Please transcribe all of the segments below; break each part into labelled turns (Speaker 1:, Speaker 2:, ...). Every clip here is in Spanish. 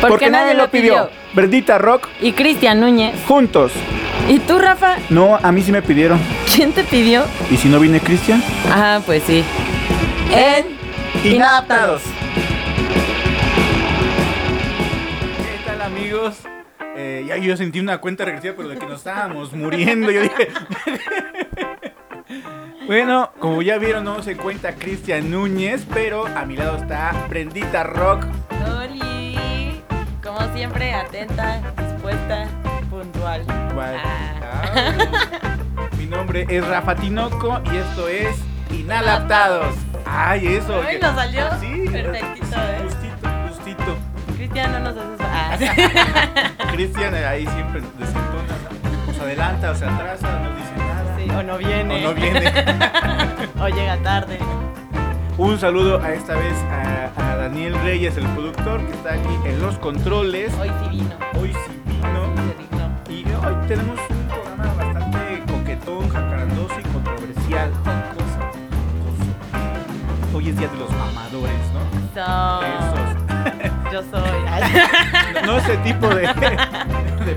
Speaker 1: Porque, nadie lo pidió.
Speaker 2: Verdita Rock,
Speaker 1: Y Cristian Núñez.
Speaker 2: juntos.
Speaker 1: ¿Y tú, Rafa?
Speaker 2: No, a mí sí me pidieron.
Speaker 1: ¿Quién te pidió?
Speaker 2: ¿Y si no viene Cristian?
Speaker 1: Ah, pues sí. En Inadaptados.
Speaker 2: ¿Qué tal, amigos? Eh, ya yo sentí una cuenta regresiva, pero de que nos estábamos muriendo. Yo dije. bueno, como ya vieron, no se cuenta Cristian Núñez, pero a mi lado está Brendita Rock.
Speaker 1: Oli. Como siempre, atenta, dispuesta, puntual.
Speaker 2: Guay.
Speaker 1: Ah.
Speaker 2: Ah. Mi nombre es Rafa Tinoco y esto es Inadaptados. Ay, eso.
Speaker 1: Ay,
Speaker 2: que-
Speaker 1: nos salió
Speaker 2: Sí,
Speaker 1: perfectito, ¿eh?
Speaker 2: Justito, justito.
Speaker 1: Cristian, no nos haces. Ah,
Speaker 2: Cristian eh, ahí siempre desentona. Nos adelanta, o se atrasa, no dice nada.
Speaker 1: sí, o no
Speaker 2: O
Speaker 1: viene.
Speaker 2: no viene.
Speaker 1: o llega tarde.
Speaker 2: Un saludo a esta vez a, a Daniel Reyes, el productor, que está aquí en los controles.
Speaker 1: Hoy sí vino.
Speaker 2: Hoy sí vino.
Speaker 1: Se dignó.
Speaker 2: Y hoy tenemos un programa bastante coquetón, jacarandoso y controversial. Cosa, cosa. Hoy es día de los mamadores, ¿no?
Speaker 1: So,
Speaker 2: Esos.
Speaker 1: yo soy. Ah,
Speaker 2: No ese tipo de. de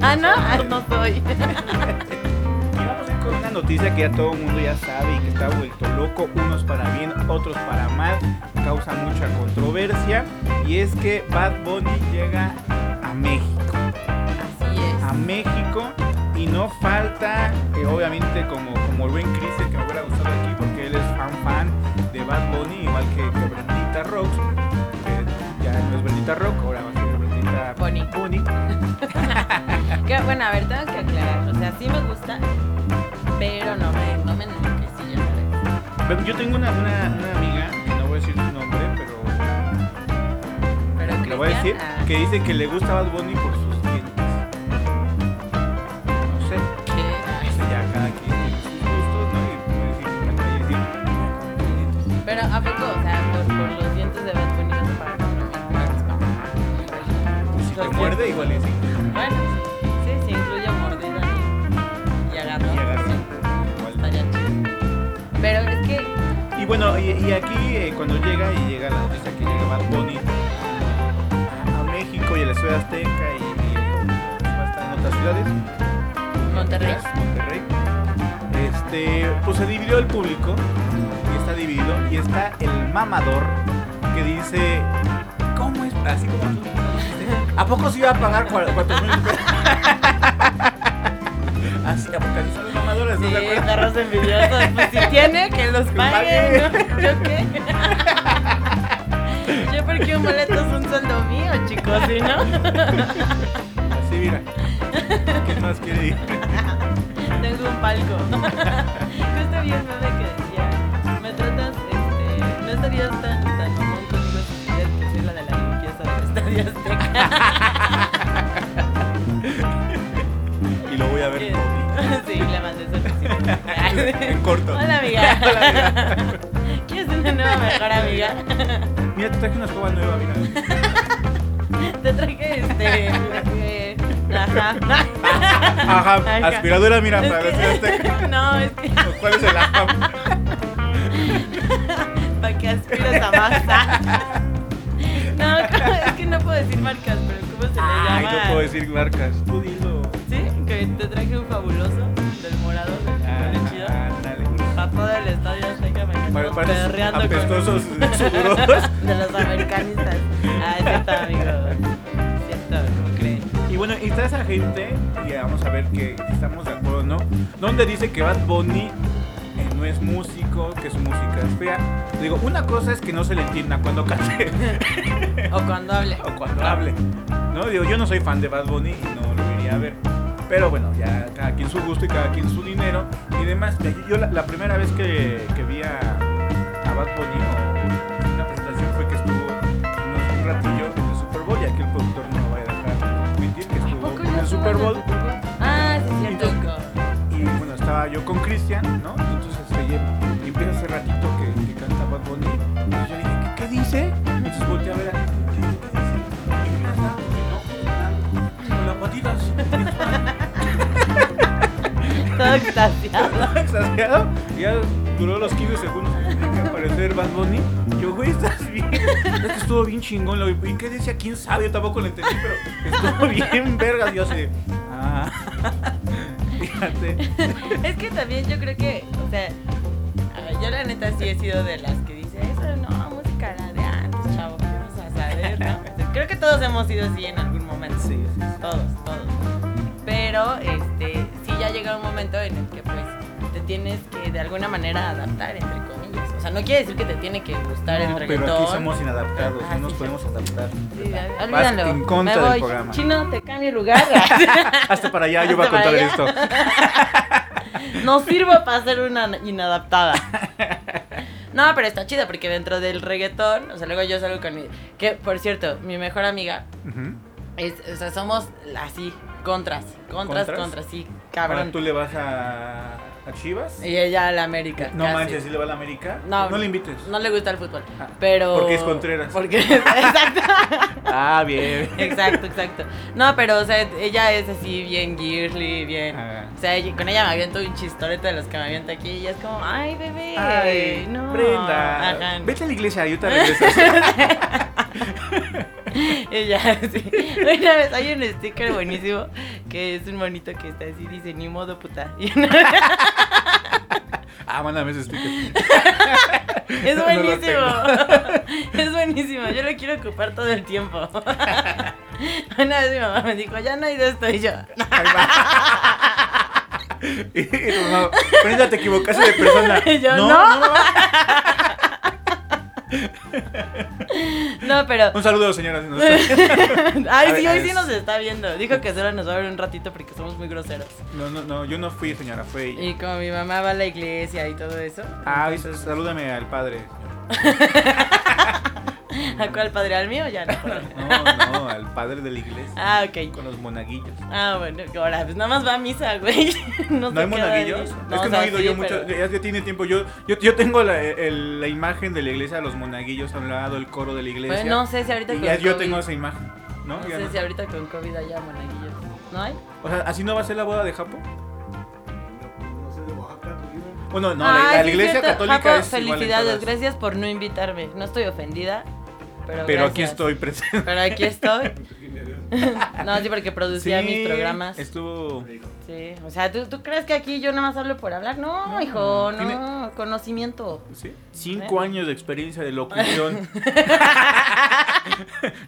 Speaker 1: Ah, no,
Speaker 2: personas.
Speaker 1: ah, no soy.
Speaker 2: Y vamos a ir con una noticia que ya todo el mundo ya sabe y que está vuelto loco, unos para bien, otros para mal, causa mucha controversia. Y es que Bad Bunny llega a México.
Speaker 1: Así
Speaker 2: a
Speaker 1: es.
Speaker 2: México y no falta, eh, obviamente, como, como el buen Chris, el que me hubiera gustado aquí, porque él es fan fan de Bad Bunny, igual que, que Brendita Rocks, que ya no es Brendita Rock, ahora va a ser Brendita
Speaker 1: Bunny.
Speaker 2: Bunny.
Speaker 1: Que, bueno, a ver, tengo que aclarar. O sea, sí me gusta, pero no me, no me enloquecí, ya sabes.
Speaker 2: Pero yo tengo una, una- una amiga, que no voy a decir su nombre, pero
Speaker 1: Pero
Speaker 2: le voy a decir,
Speaker 1: Cristian, ah,
Speaker 2: que dice que le gusta Bad Bunny por sus dientes. No sé,
Speaker 1: ¿qué?
Speaker 2: eso ya cada quien tiene sus gustos, ¿no? Y puede decir, me puede decir,
Speaker 1: Pero a poco, o sea, por, por los dientes de Bad Bunny no se para con
Speaker 2: pues si te muerde, igual le dice.
Speaker 1: Bueno, sí, sí, incluye mordida y, y agarrón.
Speaker 2: Y agarrón.
Speaker 1: sí.
Speaker 2: Igual.
Speaker 1: Estaría chido. Pero es que,
Speaker 2: Y bueno, y, y aquí eh, cuando llega y llega la noticia que llega Bad Bunny a, a México y a la ciudad azteca y, y va a estar en otras ciudades.
Speaker 1: Monterrey.
Speaker 2: Monterrey. Este, pues se dividió el público y está dividido y está el mamador que dice, ¿cómo es? Así como tú. dijiste, ¿A poco se iba a pagar cua- cuatro mil pesos? Así, ¿a poco así son los mamadores? ¿no te
Speaker 1: sí,
Speaker 2: acuerdas?
Speaker 1: perros envidiosos. Pues si tiene, que los pague. ¿no? ¿Yo qué? Yo porque un boleto es un sueldo mío, chicos, ¿sí no?
Speaker 2: Así, mira. ¿Qué más quiere ir?
Speaker 1: Tengo un palco. Justo vi un meme que decía, me tratas, este, no estarías tan, tan común conmigo si supieras que soy la de la limpieza del Estadio Azteca.
Speaker 2: Y lo voy a ver en-
Speaker 1: Sí, le mandé solicitud.
Speaker 2: en corto.
Speaker 1: Hola, amiga. ¿Quieres una nueva mejor amiga?
Speaker 2: Mira, te traje una escoba nueva, mira.
Speaker 1: Te traje este... eh, Ajá.
Speaker 2: Ajá,
Speaker 1: Ajá.
Speaker 2: aspiradora, mira, para ver
Speaker 1: Es
Speaker 2: si
Speaker 1: que-
Speaker 2: este.
Speaker 1: No, es que...
Speaker 2: ¿Cuál es el ajá?
Speaker 1: Para que aspires a masa. No, ¿cómo? es que no puedo decir marcas, pero ¿cómo se le llama?
Speaker 2: Ay, no puedo decir marcas. Tú dilo.
Speaker 1: Sí, que te traje un fabuloso del morado,
Speaker 2: Ah,
Speaker 1: del chido.
Speaker 2: Ándale.
Speaker 1: Para todo el estadio Azteca me
Speaker 2: Para,
Speaker 1: quedo
Speaker 2: para esos
Speaker 1: perreando con-
Speaker 2: apestosos sudorosos.
Speaker 1: De los americanistas. Ah, es cierto, amigo. Cierto, ¿cómo creen?
Speaker 2: Y bueno, y está esa gente, y vamos a ver que si estamos de acuerdo o no, donde dice que Bad Bunny eh, no es músico, que su música es fea. Digo, una cosa es que no se le entienda cuando cante.
Speaker 1: O cuando hable.
Speaker 2: o cuando hable. No, digo, yo no soy fan de Bad Bunny y no lo iría a ver. Pero bueno, ya cada quien su gusto y cada quien su dinero y demás. Yo la, la primera vez que, que vi a, a Bad Bunny o una presentación fue que estuvo unos- un ratillo en el Super Bowl y aquí el productor no me va a dejar mentir que estuvo en el Super Bowl.
Speaker 1: Ah, sí, es cierto.
Speaker 2: Entonces- Y bueno, estaba yo con Cristian, ¿no? Y Entonces oye, y empieza hace ratito que, que canta Bad Bunny. Entonces yo dije, ¿qué, qué dice? Entonces volteé a ver a ¿qué dice? Y mira, nada, que no, nada, Con las patitas.
Speaker 1: Todo extasiado.
Speaker 2: Exagerado. Ya duró los 15 segundos que tenía que aparecer Bad Bunny. Y Yo, güey, estás bien. Es que estuvo bien chingón. lo- ¿Y qué decía? ¿Quién sabe? Yo tampoco lo entendí, pero estuvo bien vergas. Yo así, de, ah, fíjate.
Speaker 1: Es que también yo creo que, o sea, a ver, yo la neta sí he sido de las que dice eso, no, música la de antes, chavo, ¿qué vas a saber, no?" O sea, Creo que todos hemos sido así en algún momento.
Speaker 2: Sí, sí, sí.
Speaker 1: Todos, todos. Pero, este, sí ya llega un momento en el que, pues, te tienes que de alguna manera adaptar, entre comillas. O sea, no quiere decir que te tiene que gustar el
Speaker 2: No,
Speaker 1: reggaetón.
Speaker 2: pero aquí somos inadaptados,
Speaker 1: Ah,
Speaker 2: no nos
Speaker 1: sí,
Speaker 2: podemos adaptar.
Speaker 1: Sí, ya,
Speaker 2: Vas
Speaker 1: olvídalo.
Speaker 2: en contra
Speaker 1: Me
Speaker 2: del
Speaker 1: voy.
Speaker 2: programa.
Speaker 1: Chino, te cambio de lugar.
Speaker 2: Hasta para allá yo voy a
Speaker 1: Hasta
Speaker 2: contar
Speaker 1: para
Speaker 2: esto.
Speaker 1: No sirvo para ser una inadaptada. No, pero está chido porque dentro del reggaetón, o sea, luego yo salgo con mi... Que, por cierto, mi mejor amiga,
Speaker 2: Ujú.
Speaker 1: es, o sea, somos así, contras, contras,
Speaker 2: ¿Contras?
Speaker 1: contras, sí,
Speaker 2: Ahora
Speaker 1: cabrón.
Speaker 2: tú le vas a, a Chivas.
Speaker 1: Y ella a la América.
Speaker 2: No
Speaker 1: casi.
Speaker 2: manches, si le va a la América.
Speaker 1: No.
Speaker 2: le invites.
Speaker 1: No le gusta el fútbol,
Speaker 2: Ah,
Speaker 1: pero...
Speaker 2: porque es Contreras.
Speaker 1: Porque, exacto,
Speaker 2: Ah, bien.
Speaker 1: exacto, exacto. No, pero, o sea, ella es así bien girly, bien...
Speaker 2: Ah.
Speaker 1: O sea, ella- con ella me aviento un chistorete de los que me aviento aquí y es como, ay, bebé,
Speaker 2: Ay,
Speaker 1: no.
Speaker 2: Ah. Brenda.
Speaker 1: Ajá.
Speaker 2: Vete a la iglesia, yo te regreso.
Speaker 1: Y ya, sí. Una vez hay un sticker buenísimo que es un monito que está así, dice, ni modo puta. Y una vez-
Speaker 2: ah, mándame ese sticker.
Speaker 1: es
Speaker 2: No lo
Speaker 1: buenísimo.
Speaker 2: tengo.
Speaker 1: es buenísimo. Yo lo quiero ocupar todo el tiempo. una vez mi mamá me dijo, ya no hay de esto y yo.
Speaker 2: Ahí va. Y tu mamá, Brenda, te equivocaste de persona.
Speaker 1: Y yo, No, pero.
Speaker 2: Un saludo, señora. si nos está-
Speaker 1: Ay,
Speaker 2: A
Speaker 1: sí,
Speaker 2: ver,
Speaker 1: hoy
Speaker 2: es-
Speaker 1: sí nos está viendo. Dijo que solo nos va a ver un ratito porque somos muy groseros.
Speaker 2: No, no, no, yo no fui, señora, fue ella.
Speaker 1: Y como mi mamá va a la iglesia y todo eso.
Speaker 2: Ah, dice, salúdame al padre.
Speaker 1: ¿A cuál padre? ¿Al mío? Ya no.
Speaker 2: No, no, al padre de la iglesia.
Speaker 1: Ah, ok.
Speaker 2: Con los monaguillos.
Speaker 1: Ah, bueno, ahora, pues nada más va a misa, güey. No,
Speaker 2: ¿No
Speaker 1: se
Speaker 2: hay
Speaker 1: queda ahí.
Speaker 2: monaguillos? es que
Speaker 1: o
Speaker 2: no
Speaker 1: sea,
Speaker 2: he ido
Speaker 1: sí,
Speaker 2: yo mucho.
Speaker 1: pero-
Speaker 2: Ya, ya tiene tiempo. Yo, yo, yo tengo la, el- la imagen de la iglesia, los monaguillos a un lado, el coro de la iglesia.
Speaker 1: Pues no sé si ahorita
Speaker 2: Y
Speaker 1: con
Speaker 2: ya yo
Speaker 1: COVID-
Speaker 2: tengo esa imagen. ¿no?
Speaker 1: No
Speaker 2: Ya
Speaker 1: sé
Speaker 2: no.
Speaker 1: si ahorita con COVID haya monaguillos. ¿No hay?
Speaker 2: O sea, ¿así no va a ser la boda de Japo?
Speaker 3: No sé, de Oaxaca, tu vida.
Speaker 2: Bueno, no,
Speaker 1: Ay,
Speaker 2: la, la
Speaker 1: sí,
Speaker 2: iglesia
Speaker 1: cierto.
Speaker 2: católica
Speaker 1: Jaco,
Speaker 2: es igual en
Speaker 1: felicidades,
Speaker 2: todas.
Speaker 1: gracias por no invitarme. No estoy ofendida, pero
Speaker 2: Pero aquí
Speaker 1: gracias.
Speaker 2: estoy presente.
Speaker 1: Pero aquí estoy.
Speaker 3: Tu ingeniero.
Speaker 1: No, sí, porque producía
Speaker 2: Sí,
Speaker 1: mis programas.
Speaker 2: Estuvo.
Speaker 1: Sí, o sea, ¿tú, tú crees que aquí yo nada más hablo por hablar? No, hijo, no,
Speaker 2: tiene-
Speaker 1: conocimiento.
Speaker 2: ¿sí? Cinco años de experiencia de locución.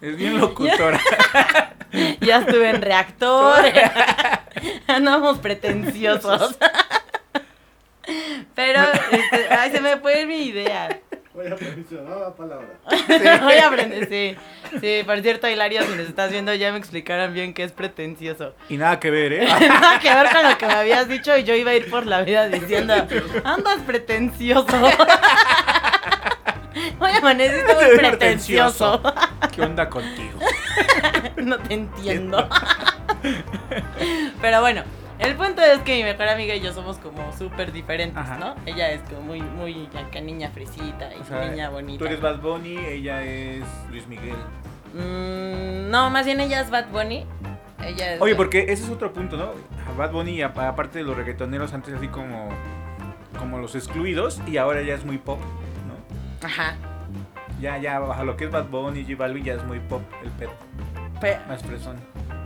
Speaker 2: es bien locutora.
Speaker 1: Ya estuve en reactor. Andamos pretenciosos. Pero, este, ay, se me fue mi idea.
Speaker 3: Voy a pronunciar la palabra.
Speaker 1: Voy a aprender, sí. Sí, por cierto, Hilario, si nos estás viendo, ya me explicaron bien qué es pretencioso.
Speaker 2: Y nada que ver, ¿eh?
Speaker 1: Nada que ver con lo que me habías dicho y yo iba a ir por la vida diciendo, andas pretencioso. Hoy amaneciste muy pretencioso.
Speaker 2: ¿Qué onda contigo?
Speaker 1: No te entiendo. Pero bueno, el punto es que mi mejor amiga y yo somos como súper diferentes,
Speaker 2: Ajá.
Speaker 1: ¿no? Ella es como muy, muy acá niña fresita y
Speaker 2: O sea,
Speaker 1: niña bonita.
Speaker 2: Tú eres Bad Bunny, ella es Luis Miguel.
Speaker 1: Mm, no, más bien ella es Bad Bunny. Ella es
Speaker 2: Oye, porque ese es otro punto, ¿no? A Bad Bunny, a- aparte de los reggaetoneros, antes así como, como los excluidos, y ahora ya es muy pop, ¿no?
Speaker 1: Ajá.
Speaker 2: Ya, ya, bajo lo que es Bad Bunny, J Balvin, ya es muy pop el pedo,
Speaker 1: Pe-
Speaker 2: más presón,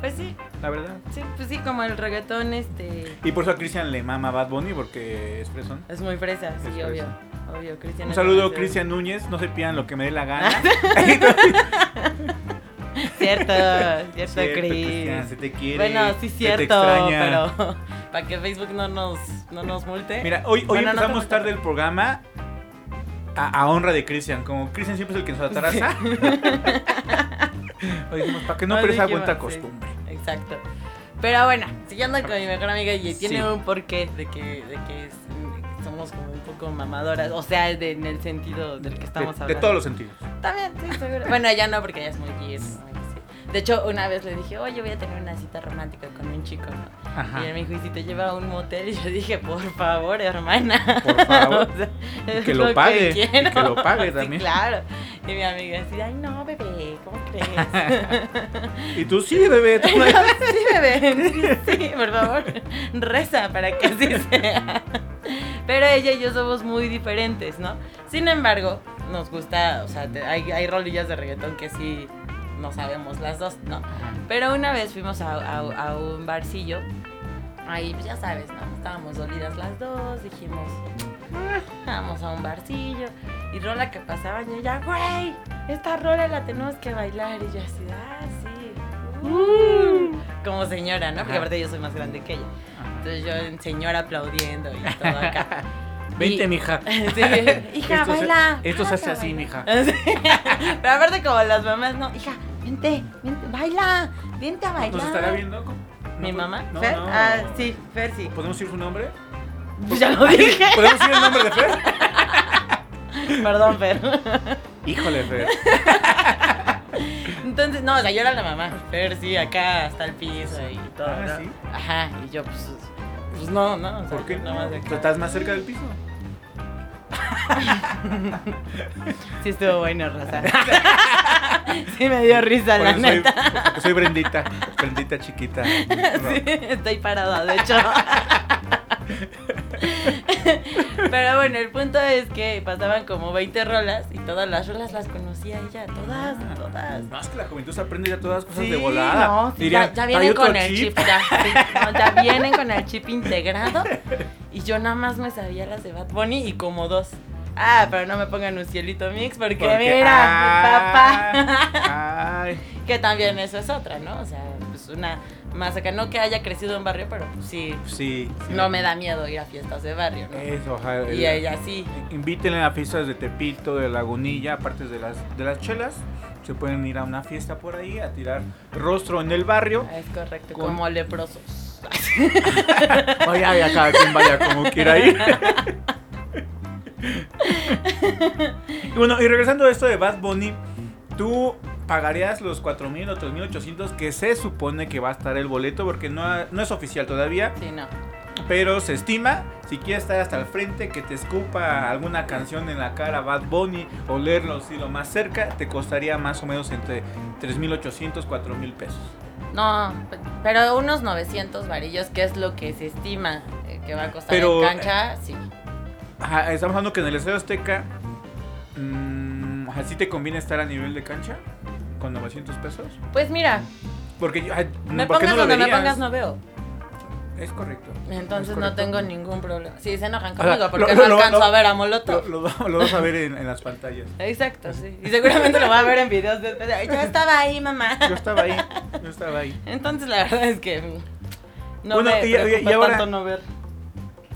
Speaker 1: pues sí,
Speaker 2: la verdad.
Speaker 1: sí, pues sí, como el reggaetón este
Speaker 2: Y por eso a Cristian le mama a Bad Bunny, porque es presón.
Speaker 1: es muy fresa, sí,
Speaker 2: Es fresa.
Speaker 1: obvio. Obvio, Cristian.
Speaker 2: Un
Speaker 1: es
Speaker 2: saludo,
Speaker 1: demasiado-
Speaker 2: Cristian Núñez, no se pidan lo que me dé la gana.
Speaker 1: Cierto, cierto,
Speaker 2: Cierto, pues, Cristian,
Speaker 1: Cris.
Speaker 2: se te quiere.
Speaker 1: Bueno, sí
Speaker 2: se te
Speaker 1: cierto,
Speaker 2: extraña.
Speaker 1: pero para que Facebook no nos no nos multe.
Speaker 2: Mira, hoy, hoy
Speaker 1: Bueno, no te
Speaker 2: empezamos
Speaker 1: gusta.
Speaker 2: tarde el programa a, a honra de Cristian. Como Cristian siempre es el que nos atarasa. hoy dijimos, para que no
Speaker 1: Hoy
Speaker 2: pereza
Speaker 1: dijimos,
Speaker 2: cuenta
Speaker 1: sí.
Speaker 2: costumbre.
Speaker 1: Exacto. Pero bueno, siguiendo con mi mejor amiga y tiene
Speaker 2: Sí.
Speaker 1: un porqué de que, de que es- somos como un poco mamadoras, o sea, de- en el sentido del que estamos
Speaker 2: de, de
Speaker 1: hablando.
Speaker 2: todos los sentidos.
Speaker 1: También, sí, seguro. Bueno, ya no, porque ella es muy gis. muy así. De hecho, una vez le dije, oye, voy a tener una cita romántica con un chico, ¿no?
Speaker 2: Ajá.
Speaker 1: Y él me dijo, ¿y si te lleva a un motel? Y yo dije, por favor, hermana.
Speaker 2: Por favor.
Speaker 1: O sea,
Speaker 2: Y
Speaker 1: es
Speaker 2: que lo pague, y
Speaker 1: quiero.
Speaker 2: que lo pague
Speaker 1: Sí,
Speaker 2: también.
Speaker 1: claro. Y mi amiga decía, ay, no, bebé, ¿cómo crees?
Speaker 2: Y tú sí, bebé. tú no-
Speaker 1: sí, bebé. Sí, sí, por favor. Reza para que así sea. Pero ella y yo somos muy diferentes, ¿no? Sin embargo, nos gusta, o sea, te- hay, hay rolillas de reggaetón que sí no sabemos las dos, ¿no? Pero una vez fuimos a, a- a un barcillo, ahí pues ya sabes, ¿no? Estábamos dolidas las dos, dijimos, "Ah, vamos a un barcillo, y rola que pasaba, yo ya, güey, esta rola la tenemos que bailar, y yo así, ah, sí, uh", como señora, ¿no? Porque
Speaker 2: Ajá.
Speaker 1: aparte yo soy más grande que ella.
Speaker 2: Ajá.
Speaker 1: Entonces yo en señora aplaudiendo y todo acá.
Speaker 2: Vente,
Speaker 1: Y-
Speaker 2: mija.
Speaker 1: Sí. Hija,
Speaker 2: Esto se-
Speaker 1: baila.
Speaker 2: esto se hace
Speaker 1: baila,
Speaker 2: así,
Speaker 1: baila.
Speaker 2: mija.
Speaker 1: Sí. Pero aparte como las mamás, no, hija, vente, vente, baila, vente a bailar.
Speaker 2: ¿Nos estará viendo? ¿Cómo?
Speaker 1: ¿Mi
Speaker 2: pues, No, pues,
Speaker 1: mamá?
Speaker 2: no,
Speaker 1: ¿Fer?
Speaker 2: no.
Speaker 1: Ah, sí, Fer sí.
Speaker 2: ¿Podemos decir su nombre?
Speaker 1: Pues ya lo dije.
Speaker 2: ¿Podemos decir el nombre de Fer?
Speaker 1: Perdón, Fer.
Speaker 2: Híjole, Fer.
Speaker 1: Entonces, no, o sea, yo era la mamá. Fer sí, acá hasta el piso y todo.
Speaker 2: Ah,
Speaker 1: ¿no?
Speaker 2: ¿sí?
Speaker 1: Ajá, y yo pues, pues no, no. O sea,
Speaker 2: ¿Por qué
Speaker 1: nada
Speaker 2: no?
Speaker 1: más de
Speaker 2: Pero
Speaker 1: acá.
Speaker 2: estás más cerca del piso.
Speaker 1: Sí estuvo bueno, Raza. sí me dio risa, la
Speaker 2: Porque soy,
Speaker 1: neta.
Speaker 2: porque soy Brendita. Brendita chiquita. No.
Speaker 1: Sí, estoy parada, de hecho. Pero bueno, el punto es que pasaban como 20 rolas y todas las rolas las conocía ella, todas,
Speaker 2: Ah,
Speaker 1: todas.
Speaker 2: No, es que la juventud se aprende ya todas las cosas
Speaker 1: Sí,
Speaker 2: de volada.
Speaker 1: no, sí,
Speaker 2: Dirían,
Speaker 1: ya, ya
Speaker 2: "Trae
Speaker 1: vienen
Speaker 2: otro
Speaker 1: con el chip, ya, sí, no, ya vienen con el chip integrado y yo nada más me sabía las de Bad Bunny y como dos. Ah, pero no me pongan un cielito mix porque,
Speaker 2: Porque- ah.
Speaker 1: mira, mi papá.
Speaker 2: Ay,
Speaker 1: Que también eso es otra, ¿no? O sea, pues una más acá, no que haya crecido en barrio, pero pues sí,
Speaker 2: sí. sí.
Speaker 1: no me da miedo ir a fiestas de barrio, ¿no?
Speaker 2: Eso, ajá.
Speaker 1: Y
Speaker 2: el-
Speaker 1: a ella sí.
Speaker 2: Invítenle a fiestas de Tepito, de Lagunilla, aparte de las, de las chelas. Se pueden ir a una fiesta por ahí a tirar rostro en el barrio.
Speaker 1: Es correcto,
Speaker 2: Con-
Speaker 1: como leprosos.
Speaker 2: Vaya, ya cada quien vaya como quiera ir. Y bueno, y regresando a esto de Bad Bunny, tú pagarías los 4.000 o 3.800 que se supone que va a estar el boleto porque no, ha- no es oficial todavía,
Speaker 1: Sí, no.
Speaker 2: pero se estima, si quieres estar hasta el frente, que te escupa alguna canción en la cara Bad Bunny o leerlo así lo más cerca, te costaría más o menos entre 3.800, 4.000 pesos.
Speaker 1: No, pe- pero unos 900 varillos, que es lo que se estima eh, que va a costar
Speaker 2: Pero- eh,
Speaker 1: en cancha, sí.
Speaker 2: Ajá, estamos hablando que en el Estadio Azteca, mm, ajá, ¿sí te conviene estar a nivel de cancha? ¿Con 900 pesos?
Speaker 1: Pues mira,
Speaker 2: Porque yo, ay,
Speaker 1: me
Speaker 2: ¿por qué
Speaker 1: pongas
Speaker 2: no lo
Speaker 1: donde me
Speaker 2: verías?
Speaker 1: pongas no veo.
Speaker 2: Es correcto.
Speaker 1: Entonces
Speaker 2: Es
Speaker 1: no
Speaker 2: correcto.
Speaker 1: tengo ningún problema. Sí, se enojan
Speaker 2: Ahora,
Speaker 1: conmigo porque
Speaker 2: lo-
Speaker 1: no
Speaker 2: lo-
Speaker 1: alcanzo
Speaker 2: lo-
Speaker 1: a ver a Molotov.
Speaker 2: Lo, lo va- lo vas a ver en, en las pantallas.
Speaker 1: Exacto, sí. Y seguramente lo va a ver en videos después. de, Yo estaba ahí, mamá.
Speaker 2: Yo estaba ahí, yo estaba ahí.
Speaker 1: Entonces la verdad es que mm, no
Speaker 2: Bueno,
Speaker 1: me
Speaker 2: y- y- y
Speaker 1: preocupa
Speaker 2: ahora-
Speaker 1: tanto no ver.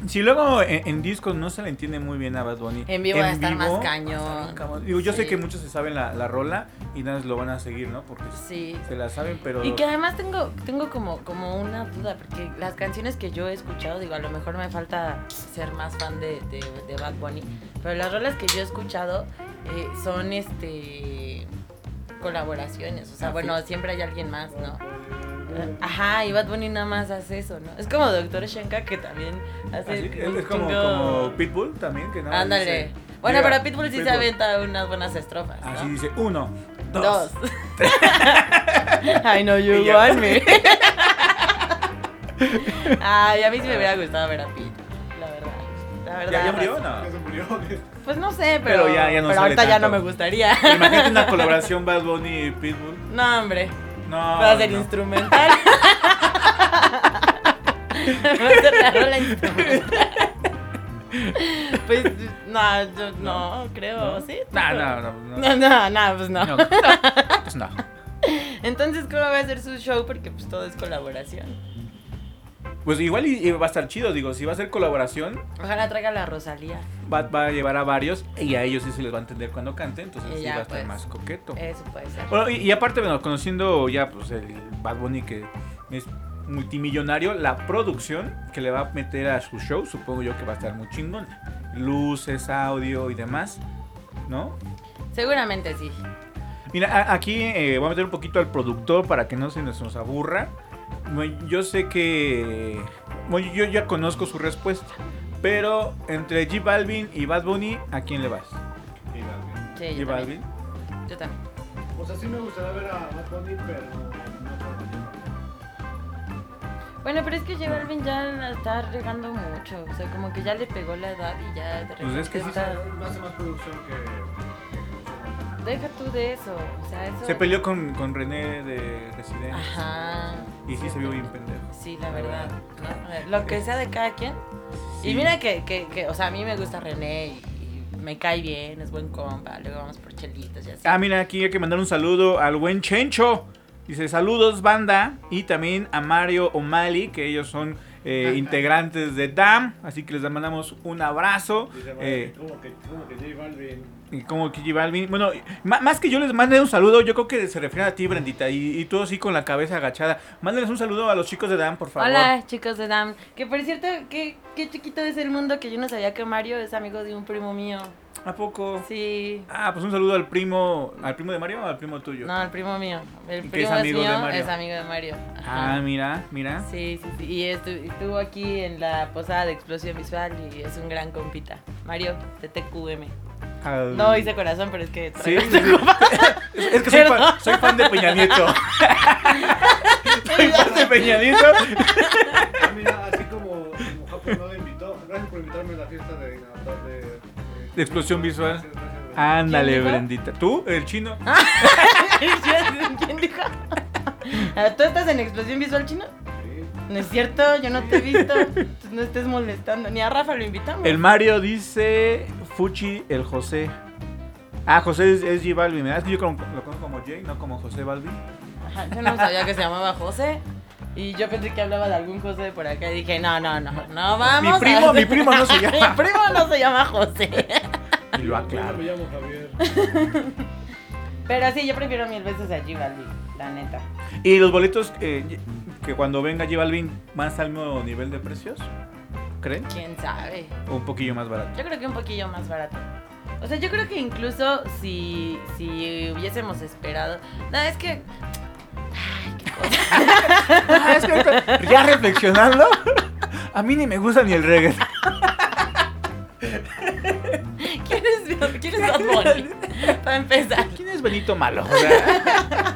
Speaker 2: Si luego en, en discos no se le entiende muy bien a Bad Bunny.
Speaker 1: En vivo va a estar más
Speaker 2: vivo,
Speaker 1: cañón.
Speaker 2: va a estar bien cabrón. Digo, yo sé
Speaker 1: Sí.
Speaker 2: que muchos se saben la, la rola y nada más lo van a seguir, ¿no? Porque
Speaker 1: Sí.
Speaker 2: se la saben, pero...
Speaker 1: Y que además tengo, tengo como, como una duda, porque las canciones que yo he escuchado, digo, a lo mejor me falta ser más fan de, de, de Bad Bunny, pero las rolas que yo he escuchado eh, son este colaboraciones, o sea,
Speaker 2: Ah,
Speaker 1: bueno,
Speaker 2: sí.
Speaker 1: siempre hay alguien más, ¿no? Ajá, y Bad Bunny nada más hace eso, ¿no? Es como Doctor Shenka que también hace...
Speaker 2: Así, es
Speaker 1: un
Speaker 2: Ah, es como,
Speaker 1: chingo-
Speaker 2: como Pitbull también, que no
Speaker 1: Ándale.
Speaker 2: dice- Ah,
Speaker 1: bueno,
Speaker 2: Llega,
Speaker 1: pero Pitbull sí se aventa unas buenas estrofas, ¿no?
Speaker 2: Así dice, uno, dos.
Speaker 1: Dos. I know you
Speaker 2: Y ya.
Speaker 1: want me. Ay, a mí sí me hubiera gustado ver a Pete, la verdad. La verdad.
Speaker 2: ¿Ya, ya murió o no?
Speaker 3: Ya se murió.
Speaker 1: Pues no sé, pero,
Speaker 2: Pero ya- ya
Speaker 1: pero
Speaker 2: no sale
Speaker 1: ahorita ya
Speaker 2: tanto.
Speaker 1: no me gustaría.
Speaker 2: Imagínate una colaboración Bad Bunny y Pitbull.
Speaker 1: No, hombre.
Speaker 2: No.
Speaker 1: Va a ser
Speaker 2: Ah, no.
Speaker 1: instrumental. Va a ser la rola instrumental. Pues no, yo no, creo, ¿sí?
Speaker 2: No, no, no.
Speaker 1: No, no, no, pues no.
Speaker 2: No, no, pues no.
Speaker 1: Entonces, ¿cómo va a ser su show? Porque pues todo es colaboración.
Speaker 2: Pues igual y, y va a estar chido, digo, si va a ser colaboración,
Speaker 1: Ojalá traiga la Rosalía.
Speaker 2: va, va a llevar a varios y a ellos sí se les va a entender cuando canten, entonces
Speaker 1: Y
Speaker 2: sí
Speaker 1: ya,
Speaker 2: va a estar
Speaker 1: pues.
Speaker 2: más coqueto.
Speaker 1: Eso puede ser.
Speaker 2: Bueno, y, y aparte, bueno, conociendo ya pues el Bad Bunny que es multimillonario, la producción que le va a meter a su show, supongo yo que va a estar muy chingón. Luces, audio y demás, ¿no?
Speaker 1: Seguramente sí.
Speaker 2: Mira, a- aquí eh, voy a meter un poquito al productor para que no se nos, nos aburra. Bueno, Yo sé que. bueno, yo ya conozco su respuesta. Pero entre J Balvin y Bad Bunny, ¿a quién le vas?
Speaker 3: Y la-
Speaker 1: Sí,
Speaker 2: J
Speaker 1: yo también.
Speaker 2: Balvin.
Speaker 1: Yo también.
Speaker 3: O sea, sí me gustaría ver a Bad Bunny, pero no creo
Speaker 1: Bueno, pero es que J Balvin ya la está regando mucho. O sea, como que ya le pegó la edad y ya de repente
Speaker 2: Pues es que sí
Speaker 3: que-
Speaker 1: está...
Speaker 3: Hace- hace más producción que.
Speaker 1: deja tú de eso. O sea, eso.
Speaker 2: Se peleó con, con René de Residentes.
Speaker 1: Ajá.
Speaker 2: Y sí se vio bien pendejo.
Speaker 1: Sí, la verdad. ¿no? Lo que sea de cada quien. Y mira que, que, que, o sea, a mí me gusta René y, y me cae bien, es buen compa. Luego vamos por chelitas y así.
Speaker 2: Ah, mira, aquí hay que mandar un saludo al buen Chencho. Dice, saludos, banda. Y también a Mario O'Malley, que ellos son eh, integrantes de DAM. Así que les mandamos un abrazo.
Speaker 3: Dice,
Speaker 2: Eh,
Speaker 3: como que, como que J Balvin.
Speaker 2: y como que G Balvin. Bueno, ma- más que yo les mande un saludo, yo creo que se refiere a ti, Brendita. Y, y tú así con la cabeza agachada. Mándenles un saludo a los chicos de DAM, por favor.
Speaker 1: Hola, chicos de DAM. Que por cierto, qué, qué chiquito es el mundo que yo no sabía que Mario es amigo de un primo mío.
Speaker 2: ¿A poco?
Speaker 1: Sí.
Speaker 2: Ah, pues un saludo al primo. ¿Al primo de Mario o al primo tuyo?
Speaker 1: No, el primo mío. El
Speaker 2: ¿Y
Speaker 1: primo
Speaker 2: que es
Speaker 1: es
Speaker 2: amigo de
Speaker 1: mío,
Speaker 2: Mario?
Speaker 1: es amigo de Mario. Ajá.
Speaker 2: Ah, mira, mira.
Speaker 1: Sí, sí, sí. Y estu- estuvo aquí en la posada de explosión visual y es un gran compita. Mario, de TQM.
Speaker 2: Al-
Speaker 1: No hice corazón, pero es que.
Speaker 2: Mm. Sí, sí, sí. Es, es que soy fan, soy fan de Peña Nieto. soy fan de Peña Nieto.
Speaker 3: Ah, mira, así como, como Japón no le invitó. Gracias por invitarme a la fiesta de Navidad de, de-
Speaker 2: De explosión visual.
Speaker 3: Gracias, gracias, gracias.
Speaker 2: Ándale,
Speaker 1: ¿Quién dijo?
Speaker 2: Brendita. ¿Tú? ¿El chino?
Speaker 1: ¿Quién dijo? Ah, ¿Tú estás en explosión visual chino?
Speaker 3: Sí.
Speaker 1: No es cierto, yo no te he visto. Tú No estés molestando. Ni a Rafa lo invitamos.
Speaker 2: El Mario dice Fuchi, el José. Ah, José es, es G Balvin. ¿verdad? Es que yo como- lo conozco como J, no como José Balvin.
Speaker 1: Ajá, Yo no sabía que se llamaba José. Y yo pensé que hablaba de algún José de por acá. Y dije, no, no, no, no vamos.
Speaker 2: Mi primo-
Speaker 1: a-
Speaker 2: mi primo no se llama.
Speaker 1: mi primo no se llama José.
Speaker 2: Y lo
Speaker 3: Yo no
Speaker 2: aclaro.
Speaker 3: me llamo Javier.
Speaker 1: Pero sí, yo prefiero mil veces a G Balvin, la neta.
Speaker 2: ¿Y los boletos eh, que cuando venga G Balvin van a estar al mismo nivel de precios? ¿Creen?
Speaker 1: ¿Quién sabe?
Speaker 2: ¿O un poquillo más barato?
Speaker 1: Yo creo que un poquillo más barato. O sea, yo creo que incluso si, si hubiésemos esperado... No, es que...
Speaker 2: Ah, es que- ya reflexionando, a mí ni me gusta ni el reggaetón.
Speaker 1: ¿Quién es, ¿quién es Bad Bunny? Para empezar.
Speaker 2: ¿Quién es Benito Malo? O sea,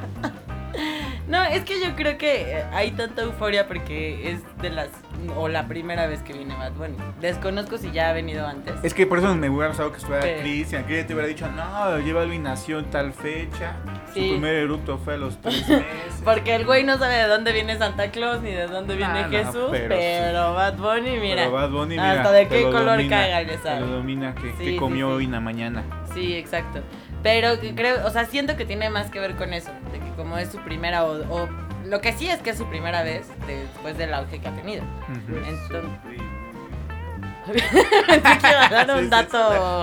Speaker 1: No, es que yo creo que eh, hay tanta euforia porque es de las... O la primera vez que viene Bad Bunny. Desconozco si ya ha venido antes.
Speaker 2: es que por eso me hubiera gustado que estuviera
Speaker 1: Sí.
Speaker 2: Cristian, que te hubiera dicho, no, lleva Balvin nació en tal fecha,
Speaker 1: Sí.
Speaker 2: su primer eructo fue a los tres meses.
Speaker 1: Porque el güey no sabe de dónde viene Santa Claus ni de dónde viene
Speaker 2: Ah, no,
Speaker 1: Jesús.
Speaker 2: pero sí.
Speaker 1: pero Bad Bunny, mira.
Speaker 2: Pero Bad Bunny, mira,
Speaker 1: Hasta de
Speaker 2: te
Speaker 1: qué
Speaker 2: lo
Speaker 1: color
Speaker 2: domina,
Speaker 1: caga le
Speaker 2: te
Speaker 1: sabe.
Speaker 2: lo domina, que,
Speaker 1: Sí,
Speaker 2: que
Speaker 1: sí,
Speaker 2: comió
Speaker 1: sí.
Speaker 2: hoy en la mañana.
Speaker 1: Sí, exacto. Pero que creo, o sea, siento que tiene más que ver con eso, de que como es su primera o, o- lo que sí es que es su primera vez después del auge que ha tenido.
Speaker 2: Ujú.
Speaker 1: Entonces,
Speaker 3: Sí.
Speaker 1: pensé que iba a dar
Speaker 2: Sí, sí,
Speaker 1: un
Speaker 2: sí.
Speaker 1: dato.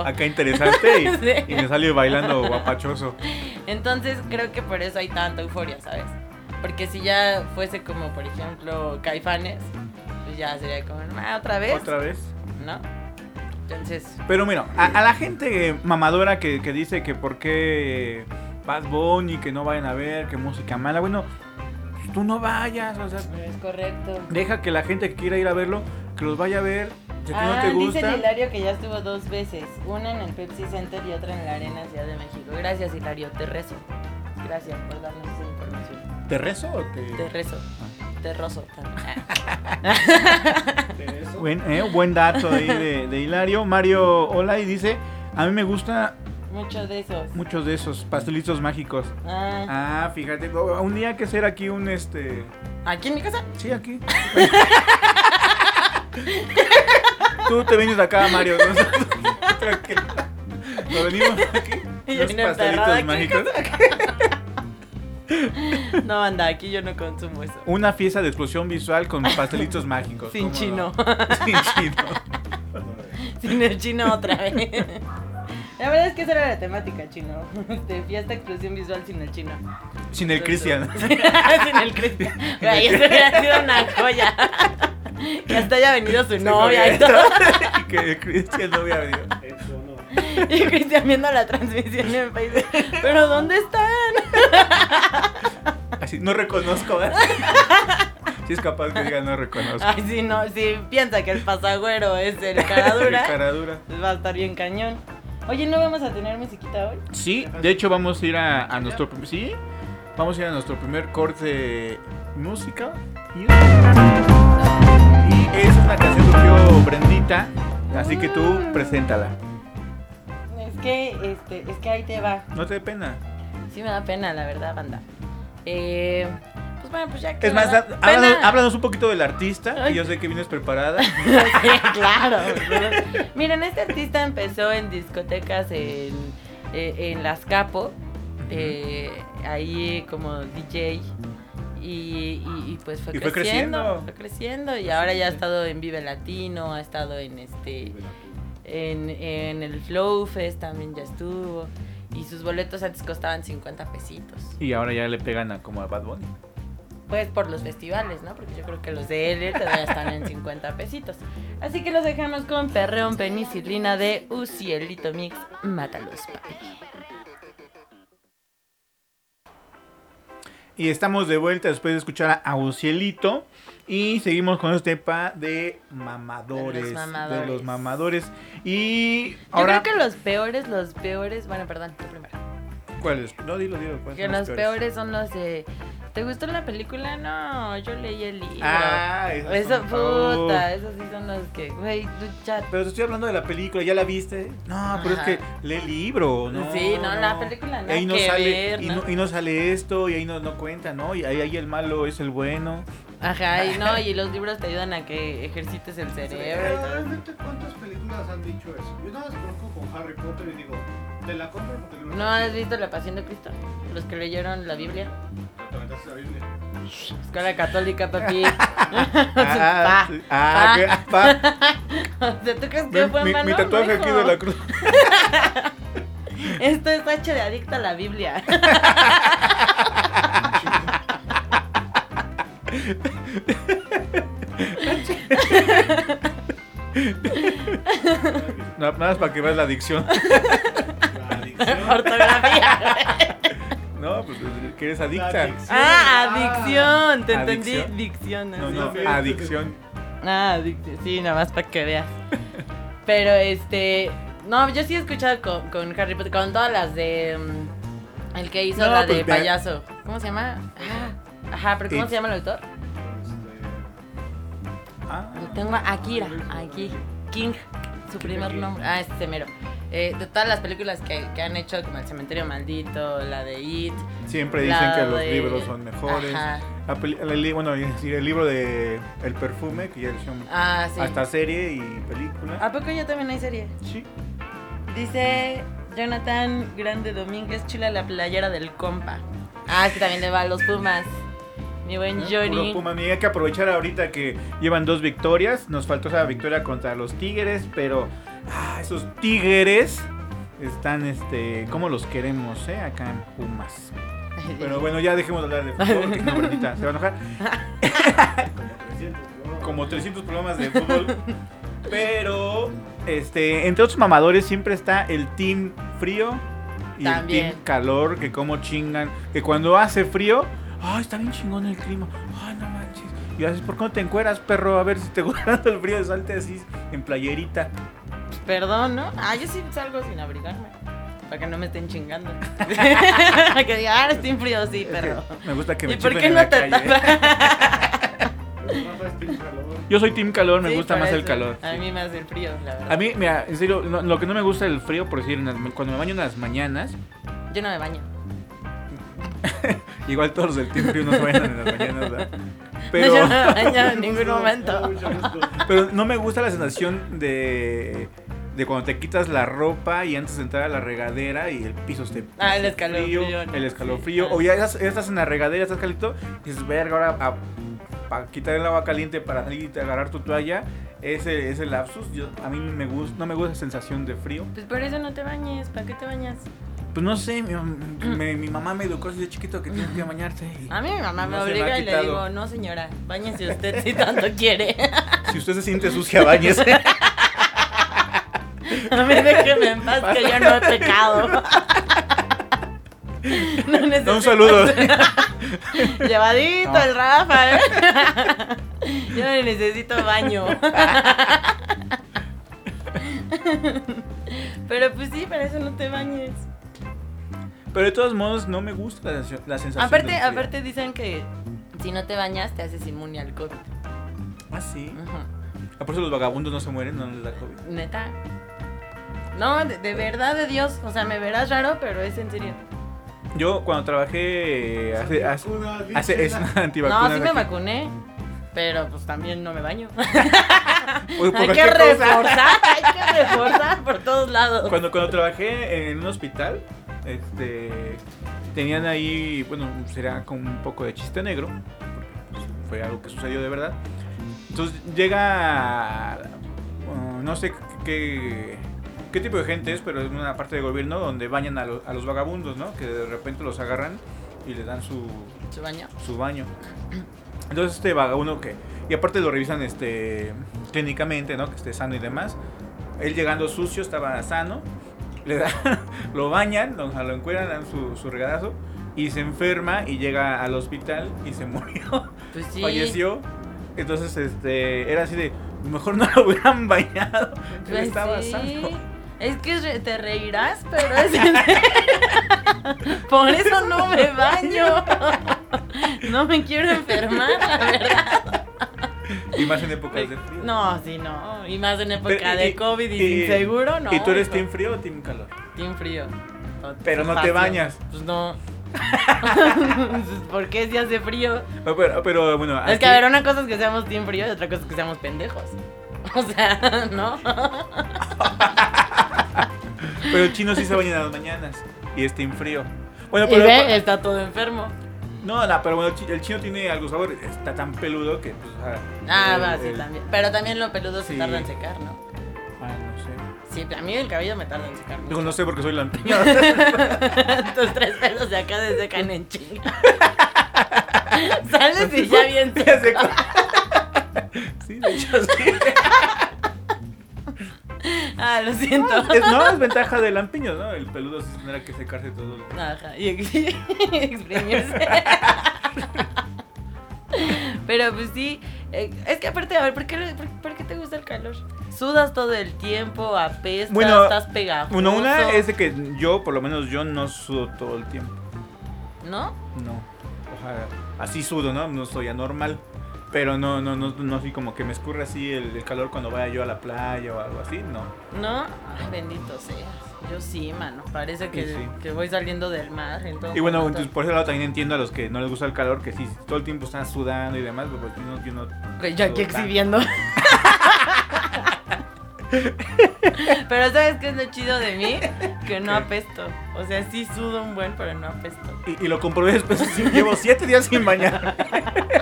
Speaker 2: Acá interesante y,
Speaker 1: Sí.
Speaker 2: y me salió bailando guapachoso.
Speaker 1: Entonces, creo que por eso hay tanta euforia, ¿sabes? Porque si ya fuese como, por ejemplo, Caifanes, pues ya sería como, "Ah, otra vez,
Speaker 2: ¿Otra vez?
Speaker 1: ¿no? Entonces,
Speaker 2: Pero mira, a, a la gente eh, mamadora que, que dice que por qué Bad Bunny, que no vayan a ver, que música mala, bueno, pues tú no vayas, o sea,
Speaker 1: es correcto.
Speaker 2: deja que la gente que quiera ir a verlo, que los vaya a ver, si a ti
Speaker 1: Ah,
Speaker 2: no te
Speaker 1: dice
Speaker 2: gusta.
Speaker 1: Hilario que ya estuvo dos veces, una en el Pepsi Center y otra en la Arena Ciudad de México. Gracias Hilario, te rezo. Gracias por darnos esa información.
Speaker 2: ¿Te rezo o te...? Ah.
Speaker 1: Te rezo, te rozo también.
Speaker 3: De eso.
Speaker 2: Buen, eh, buen dato ahí de, de Hilario. Mario, hola, y dice, a mí me gusta
Speaker 1: Muchos de esos.
Speaker 2: muchos de esos pastelitos mágicos.
Speaker 1: Ah,
Speaker 2: Ah, fíjate, o- un día hay que ser aquí un este...
Speaker 1: ¿Aquí en mi casa?
Speaker 2: Sí, aquí. Tú te vienes de acá, Mario. ¿no? Tranquilo. Lo venimos aquí.
Speaker 1: Y yo
Speaker 2: Los
Speaker 1: vine emperrada
Speaker 2: pastelitos
Speaker 1: aquí.
Speaker 2: mágicos.
Speaker 1: No, anda, aquí yo no consumo eso.
Speaker 2: Una fiesta de explosión visual con pastelitos mágicos.
Speaker 1: Sin
Speaker 2: ¿cómo
Speaker 1: chino.
Speaker 2: no? Sin chino.
Speaker 1: Sin el chino otra vez. La verdad es que esa era la temática, chino. Este, fiesta exclusión visual sin el chino.
Speaker 2: Sin el Cristian.
Speaker 1: sin el Cristian. Güey, eso hubiera sido una joya. Que hasta haya venido su novia y todo.
Speaker 2: Y que el Cristian no había venido.
Speaker 3: Eso no.
Speaker 1: Y Cristian viendo la transmisión en Facebook. Pero ¿dónde están?
Speaker 2: Así, no reconozco. Si es capaz que diga no reconozco.
Speaker 1: Ay, si no, si piensa que el pasagüero es el
Speaker 2: El
Speaker 1: caradura,
Speaker 2: cara dura.
Speaker 1: pues va a estar bien cañón. Oye, ¿no vamos a tener musiquita hoy?
Speaker 2: Sí, de hecho vamos a ir a, a nuestro prim- sí, vamos a ir a nuestro primer corte música y
Speaker 1: Ah.
Speaker 2: es una canción que yo Brendita, así que tú preséntala.
Speaker 1: Es que, este, es que ahí te va.
Speaker 2: No te dé pena.
Speaker 1: Sí me da pena, la verdad, banda. Eh, pues bueno, pues ya que...
Speaker 2: Es más,
Speaker 1: me da
Speaker 2: da-
Speaker 1: pena.
Speaker 2: háblanos, háblanos un poquito del artista, que yo sé que vienes preparada.
Speaker 1: Sí, claro. pero- Miren, este artista empezó en discotecas en, eh, en Las Capo, eh, ahí como DJ. Y, y- y, pues fue,
Speaker 2: Y fue creciendo.
Speaker 1: creciendo, fue creciendo y ahora ya ha estado en Vive Latino, ha estado en este en, en el Flow Fest también ya estuvo y sus boletos antes costaban 50 pesitos.
Speaker 2: Y ahora ya le pegan a, como a Bad Bunny.
Speaker 1: Pues por los festivales, ¿no? Porque yo creo que los de él todavía están en 50 pesitos. Así que los dejamos con Perreón Penicilina de Ucielito Mix. Mátalos, papi.
Speaker 2: Y estamos de vuelta después de escuchar a Aucielito. Y seguimos con este pa de mamadores.
Speaker 1: De los mamadores.
Speaker 2: de los mamadores. Y
Speaker 1: Yo
Speaker 2: ahora.
Speaker 1: creo que los peores, los peores... Bueno, perdón, tú primero.
Speaker 2: ¿Cuáles? No, dilo, dilo. ¿cuáles
Speaker 1: Que
Speaker 2: son
Speaker 1: los peores son los de... ¿Te gustó la película? No, yo leí el libro.
Speaker 2: Ah, esos
Speaker 1: Eso,
Speaker 2: son-
Speaker 1: puta, esos sí son los que... Güey, tú chat.
Speaker 2: Pero te estoy hablando de la película, ¿ya la viste? No, pero
Speaker 1: Ajá.
Speaker 2: es que lee el libro, ¿no?
Speaker 1: Sí, no, la película nada
Speaker 2: ahí no
Speaker 1: que
Speaker 2: sale,
Speaker 1: ver,
Speaker 2: y,
Speaker 1: ¿no?
Speaker 2: no, y no sale esto, y ahí no, no cuenta, ¿no? Y ahí, ahí el malo es el bueno.
Speaker 1: Ajá, y no, y los libros te ayudan a que ejercites el cerebro. y todo.
Speaker 3: Realmente, ¿cuántas películas han dicho eso? Yo nada más conozco con Harry Potter y digo, te la compro porque el libro
Speaker 1: ¿No
Speaker 3: está
Speaker 1: has
Speaker 3: chido.
Speaker 1: visto La Pasión de Cristo? Los que leyeron la Biblia.
Speaker 3: Te aventaste la Biblia.
Speaker 1: Escuela católica, papi.
Speaker 2: Ah,
Speaker 1: Pa.
Speaker 2: sí. ah, que- pa.
Speaker 1: O sea, ¿tú crees que fue
Speaker 2: Mi, mi- mi
Speaker 1: malo?
Speaker 2: tatuaje
Speaker 1: No,
Speaker 2: aquí
Speaker 1: hijo.
Speaker 2: de la cruz.
Speaker 1: Esto es H de adicta a la Biblia.
Speaker 2: Nada más para que veas la adicción.
Speaker 3: La adicción.
Speaker 1: Ortografía.
Speaker 2: No, pues que eres
Speaker 3: La
Speaker 2: adicta.
Speaker 3: adicción.
Speaker 1: Ah, adicción. Te entendí.
Speaker 2: Adicción.
Speaker 1: Dicción.
Speaker 2: No,
Speaker 1: así.
Speaker 2: no, adicción.
Speaker 1: Ah, adicción. Sí, nada más para que veas. Pero este. No, yo sí he escuchado con, con Harry Potter. Con todas las de. mm, el que hizo
Speaker 2: No,
Speaker 1: la
Speaker 2: pues,
Speaker 1: de
Speaker 2: vea.
Speaker 1: payaso. ¿Cómo se llama? Ah, Ajá, pero ¿cómo
Speaker 2: It.
Speaker 1: se llama el autor?
Speaker 2: Ah,
Speaker 1: Yo tengo a Akira, aquí. King, su primer
Speaker 2: King.
Speaker 1: nombre. Ah, este mero. Eh, de todas las películas que, que han hecho, como El Cementerio Maldito, la de It.
Speaker 2: siempre
Speaker 1: la
Speaker 2: dicen que los
Speaker 1: de-
Speaker 2: libros son mejores.
Speaker 1: Ajá.
Speaker 2: La peli- la li- bueno, es decir, el libro de El perfume, que ya hicieron
Speaker 1: Ah, sí. Ah,
Speaker 2: hasta serie y película.
Speaker 1: ¿A poco yo también hay serie?
Speaker 2: Sí.
Speaker 1: Dice Jonathan Grande Domínguez, chula la playera del compa. Ah, es que también le va a los Pumas. Mi buen
Speaker 2: Ah, Puro
Speaker 1: Johnny.
Speaker 2: Puma, amiga, hay que aprovechar ahorita que llevan dos victorias. Nos faltó esa victoria contra los Tigres, pero ah, esos Tigres están, este, como los queremos, eh, acá en Pumas. Pero bueno, ya dejemos de hablar de fútbol, que si no, Brendita se va a enojar.
Speaker 3: Como 300, ¿no?
Speaker 2: como 300 programas de fútbol. Pero, este, entre otros mamadores siempre está el team frío y
Speaker 1: También.
Speaker 2: el team calor, que como chingan, que cuando hace frío, ay, está bien chingón el clima, ay, no manches. Y haces, ¿por qué no te encueras, perro? A ver si te gusta el frío, salte así en playerita.
Speaker 1: Perdón, ¿no? Ah, yo sí salgo sin abrigarme. Para que no me estén chingando. Para que diga, ah, estoy en frío, sí,
Speaker 2: Es que
Speaker 1: perro.
Speaker 2: Me gusta que me
Speaker 1: ¿Y por
Speaker 2: chiflen
Speaker 1: qué
Speaker 2: en
Speaker 1: no
Speaker 2: la
Speaker 1: te
Speaker 2: calle. ¿eh?
Speaker 1: tapas?
Speaker 3: Pero Rafa es team calor.
Speaker 2: Yo soy team calor, me
Speaker 1: Sí,
Speaker 2: gusta
Speaker 1: por
Speaker 2: más el
Speaker 1: eso.
Speaker 2: calor.
Speaker 1: A
Speaker 2: sí.
Speaker 1: mí me hace el frío, la verdad.
Speaker 2: A mí, mira, en serio, no- lo que no me gusta del frío, por decir, en las- cuando me baño en las mañanas,
Speaker 1: Yo no me baño.
Speaker 2: Igual todos los del Team Frío nos vayan en las mañanas, ¿verdad?
Speaker 1: Yo no
Speaker 2: Pero,
Speaker 1: me baño en ningún
Speaker 3: No, no,
Speaker 1: momento.
Speaker 3: mucho gusto.
Speaker 2: pero no me gusta la sensación de, de cuando te quitas la ropa y antes de entrar a la regadera y el piso esté
Speaker 1: Ah, el
Speaker 2: esté
Speaker 1: escalofrío,
Speaker 2: frío,
Speaker 1: ¿no?
Speaker 2: El escalofrío.
Speaker 1: Sí, ah.
Speaker 2: O ya estás, ya estás en la regadera, estás calito y dices, verga, ahora para quitar el agua caliente para salir y te agarrar tu toalla. Ese, ese lapsus, yo, a mí me gusta, no me gusta la sensación de frío.
Speaker 1: Pues por eso no te bañes. ¿Para qué te bañas?
Speaker 2: Pues no sé, mi, mam- me- mi mamá me educó desde chiquito que tienes que bañarte. y-
Speaker 1: A mí mi mamá me
Speaker 2: No se me
Speaker 1: obliga
Speaker 2: ha
Speaker 1: y le
Speaker 2: quitado.
Speaker 1: digo, no señora, bañese usted si tanto quiere.
Speaker 2: Si usted se siente sucia, bañese.
Speaker 1: A mí déjeme en paz que yo no he pecado. No necesito
Speaker 2: Un saludo.
Speaker 1: Llevadito
Speaker 2: No.
Speaker 1: el Rafa, ¿eh? Yo no necesito baño. Pero pues sí, para eso no te bañes.
Speaker 2: Pero de todos modos no me gusta la, sensación- la sensación.
Speaker 1: Aparte,
Speaker 2: del frío.
Speaker 1: aparte dicen que si no te bañas te haces inmune al COVID.
Speaker 2: Ah, sí.
Speaker 1: Ujú.
Speaker 2: Ah, Por eso los vagabundos no se mueren, no les da COVID.
Speaker 1: Neta. No, de, de verdad de Dios. O sea, me verás raro, pero es en serio.
Speaker 2: Yo cuando trabajé eh, hace, hace, hace- es una antivacuna.
Speaker 1: No, sí me vacuné. Pero pues también no me baño.
Speaker 2: Uy, por
Speaker 1: Hay que
Speaker 2: cualquier cosa.
Speaker 1: reforzar, hay que reforzar por todos lados.
Speaker 2: Cuando, cuando trabajé en un hospital, este, tenían ahí, bueno, será con un poco de chiste negro, porque pues, fue algo que sucedió de verdad. Entonces llega, uh, no sé qué, qué tipo de gente es, pero es una parte del gobierno donde bañan a, lo- a los vagabundos, ¿no? Que de repente los agarran y les dan su,
Speaker 1: ¿Se baño?
Speaker 2: su baño. Entonces este vagabundo que... Y aparte lo revisan este clínicamente, ¿no? Que esté sano y demás. Él llegando sucio, estaba sano. Le da- lo bañan, lo, lo encueran, le dan su, su regadazo. Y se enferma y llega al hospital y se murió.
Speaker 1: Pues sí.
Speaker 2: Falleció. Entonces este era así de... Mejor no lo hubieran bañado. Él
Speaker 1: Pues
Speaker 2: estaba
Speaker 1: sí.
Speaker 2: sano.
Speaker 1: Es que re- te reirás, pero es en serio. Por eso no me baño. No me quiero enfermar, la verdad.
Speaker 2: Y más en épocas de frío.
Speaker 1: No, sí, no. Y más en época
Speaker 2: Pero, y-
Speaker 1: de COVID y,
Speaker 2: y-
Speaker 1: sin seguro, no.
Speaker 2: ¿Y tú eres
Speaker 1: hijo.
Speaker 2: team frío o team calor?
Speaker 1: Team frío. Pues
Speaker 2: Pero no te
Speaker 1: Fácil.
Speaker 2: bañas.
Speaker 1: Pues no. ¿Por qué si hace frío?
Speaker 2: Pero, Ah, pero, pero, bueno...
Speaker 1: Es que,
Speaker 2: aquí-
Speaker 1: a ver, una cosa es que seamos team frío y otra cosa es que seamos pendejos. O sea, ¿no?
Speaker 2: Pero el chino sí se baña en las mañanas y está en frío. Bueno,
Speaker 1: Y
Speaker 2: pero.
Speaker 1: ve, está todo enfermo.
Speaker 2: No, no, pero bueno, el chi- el chino tiene algo sabor. Está tan peludo que, pues. ah,
Speaker 1: Ah,
Speaker 2: el-
Speaker 1: va, sí,
Speaker 2: el-
Speaker 1: también. Pero también lo peludo se
Speaker 2: Sí.
Speaker 1: tarda en secar, ¿no?
Speaker 2: Ah, no sé.
Speaker 1: Sí, a mí el cabello me tarda en secar.
Speaker 2: Digo,
Speaker 1: mucho.
Speaker 2: no sé porque soy lampiño.
Speaker 1: Tus tres pelos de acá se secan en chinga. Sales y ya bien
Speaker 2: Ya sé cu- sí, de hecho sí.
Speaker 1: Ah, lo siento.
Speaker 2: Es- no, es ventaja del lampiño, ¿no? El peludo sí tendrá que secarse todo.
Speaker 1: Ajá, y ex- exprimirse. Pero pues sí, eh, es que aparte, a ver, ¿por qué, le- por, por qué te gusta el calor? Sudas todo el tiempo, apestas,
Speaker 2: Bueno,
Speaker 1: estás pegajoso.
Speaker 2: Bueno, una es de que yo, por lo menos yo, no sudo todo el tiempo.
Speaker 1: ¿No?
Speaker 2: No. O sea, así sudo, ¿no? No soy anormal. Pero no, no, no, no así como que me escurre así el, el calor cuando vaya yo a la playa o algo así, no.
Speaker 1: ¿No? Ay, bendito seas. Yo sí, mano. Parece que,
Speaker 2: Y sí.
Speaker 1: que voy saliendo del mar. en todo
Speaker 2: Y bueno,
Speaker 1: momento.
Speaker 2: entonces por ese lado también entiendo a los que no les gusta el calor, que sí, todo el tiempo están sudando y demás, pues, porque yo no- yo no-
Speaker 1: Güey, yo aquí
Speaker 2: sudo tanto.
Speaker 1: exhibiendo. Pero ¿sabes qué es lo chido de mí? Que no
Speaker 2: ¿Qué?
Speaker 1: apesto. O sea, sí sudo un buen, pero no apesto.
Speaker 2: Y, y lo comprobé después, sí, llevo siete días sin bañar.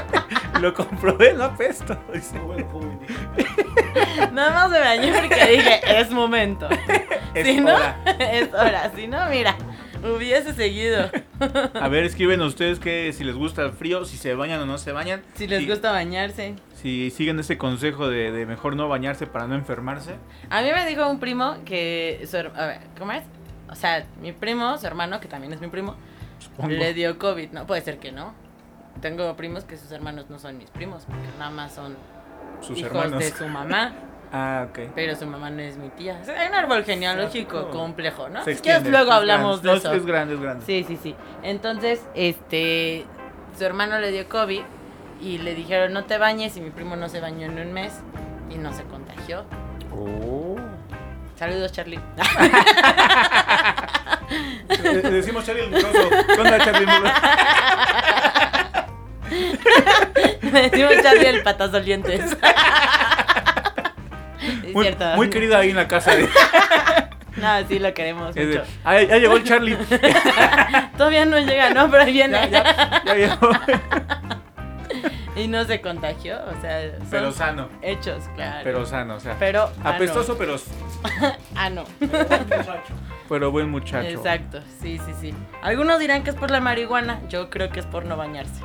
Speaker 2: lo comprobé, no apesto. dice.
Speaker 3: Bueno, joven.
Speaker 1: Nada más me bañé porque dije, es momento.
Speaker 2: Es
Speaker 1: Sí, ¿no?
Speaker 2: hora.
Speaker 1: Es hora. Si no, mira, hubiese seguido.
Speaker 2: A ver, escriben ustedes que si les gusta el frío, si se bañan o no se bañan.
Speaker 1: Si les gusta bañarse.
Speaker 2: Si siguen ese consejo de, de mejor no bañarse para no enfermarse.
Speaker 1: A mí me dijo un primo que su her- a ver, ¿cómo es? O sea, mi primo, su hermano, que también es mi primo,
Speaker 2: supongo.
Speaker 1: le dio COVID. No, puede ser que no. Tengo primos que sus hermanos no son mis primos, porque nada más son
Speaker 2: Sus
Speaker 1: hijos
Speaker 2: hermanos.
Speaker 1: de su mamá,
Speaker 2: Ah, ok.
Speaker 1: pero su mamá no es mi tía. O sea, hay un árbol genealógico
Speaker 2: Exacto.
Speaker 1: complejo, ¿no?
Speaker 2: Se
Speaker 1: Si quieres,
Speaker 2: extiende,
Speaker 1: luego
Speaker 2: es
Speaker 1: hablamos
Speaker 2: grande.
Speaker 1: de
Speaker 2: No,
Speaker 1: eso.
Speaker 2: Es grande, es grande.
Speaker 1: Sí, sí, sí. Entonces, este, su hermano le dio COVID y le dijeron no te bañes y mi primo no se bañó en un mes y no se contagió.
Speaker 2: Oh.
Speaker 1: Saludos, Charlie.
Speaker 2: Le, le decimos Charlie el mugroso. ¿Qué onda, Charlie el mugroso?
Speaker 1: Me decimos Charlie el patas dolientes. Es
Speaker 2: Muy,
Speaker 1: cierto.
Speaker 2: muy querida ahí en la casa. de-
Speaker 1: No, sí lo queremos
Speaker 2: es de,
Speaker 1: mucho.
Speaker 2: "Ay, ya llegó el Charlie.
Speaker 1: Todavía no llega, no, pero ahí
Speaker 2: Ya,
Speaker 1: viene.
Speaker 2: ya, ya llegó.
Speaker 1: Y no se contagió, o sea, son
Speaker 2: Pero sano.
Speaker 1: hechos, claro.
Speaker 2: Pero sano, o sea.
Speaker 1: Pero, ah, no.
Speaker 2: Apestoso, pero,
Speaker 1: Ah, no.
Speaker 3: Muchacho.
Speaker 2: pero buen muchacho.
Speaker 1: Exacto, sí, sí, sí. Algunos dirán que es por la marihuana, yo creo que es por no bañarse.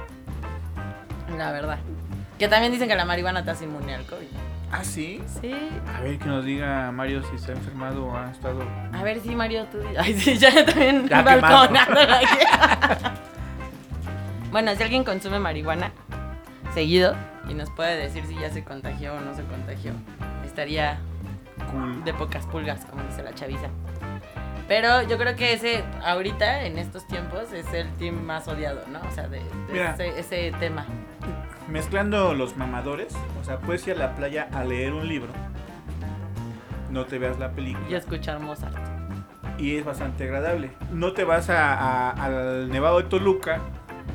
Speaker 1: La verdad. Que también dicen que la marihuana te hace inmune al COVID.
Speaker 2: Ah, sí.
Speaker 1: Sí.
Speaker 2: A ver que nos diga Mario si se ha enfermado o ha estado.
Speaker 1: A ver, sí, Mario, tú. di- Ay, sí, ya también
Speaker 2: Ya
Speaker 1: balconándola aquí. bueno, si alguien consume marihuana seguido y nos puede decir si ya se contagió o no se contagió, estaría
Speaker 2: Cool.
Speaker 1: Ah, de pocas pulgas, como dice la chaviza. Pero yo creo que ese, ahorita, en estos tiempos, es el team más odiado, ¿no? O sea, de, de
Speaker 2: Mira.
Speaker 1: ese, ese tema.
Speaker 2: Mezclando los mamadores, o sea, puedes ir a la playa a leer un libro. no te veas la película.
Speaker 1: Y escuchar Mozart.
Speaker 2: y es bastante agradable. No te vas a, a- al Nevado de Toluca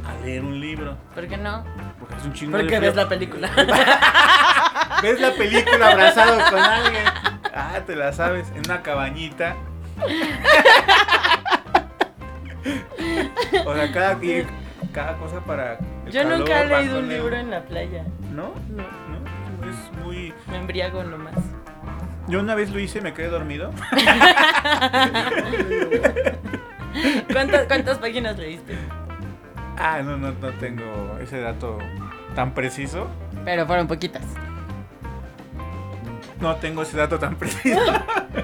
Speaker 2: a leer un libro,
Speaker 1: ¿Por qué no?
Speaker 2: porque es un chingo de
Speaker 1: Porque
Speaker 2: frío.
Speaker 1: ves la película.
Speaker 2: Ves la película abrazado con alguien. Ah, te la sabes, en una cabañita. o sea, cada, y- cada cosa para... el
Speaker 1: Yo nunca he
Speaker 2: calor,
Speaker 1: leído un
Speaker 2: bandolero.
Speaker 1: libro en la playa.
Speaker 2: ¿No?
Speaker 1: No,
Speaker 2: ¿No? Es muy...
Speaker 1: me embriago nomás.
Speaker 2: Yo una vez lo hice y me quedé dormido.
Speaker 1: ¿Cuántas, cuántas páginas leíste?
Speaker 2: Ah, no, no, no tengo ese dato tan preciso.
Speaker 1: Pero fueron poquitas.
Speaker 2: No tengo ese dato tan preciso.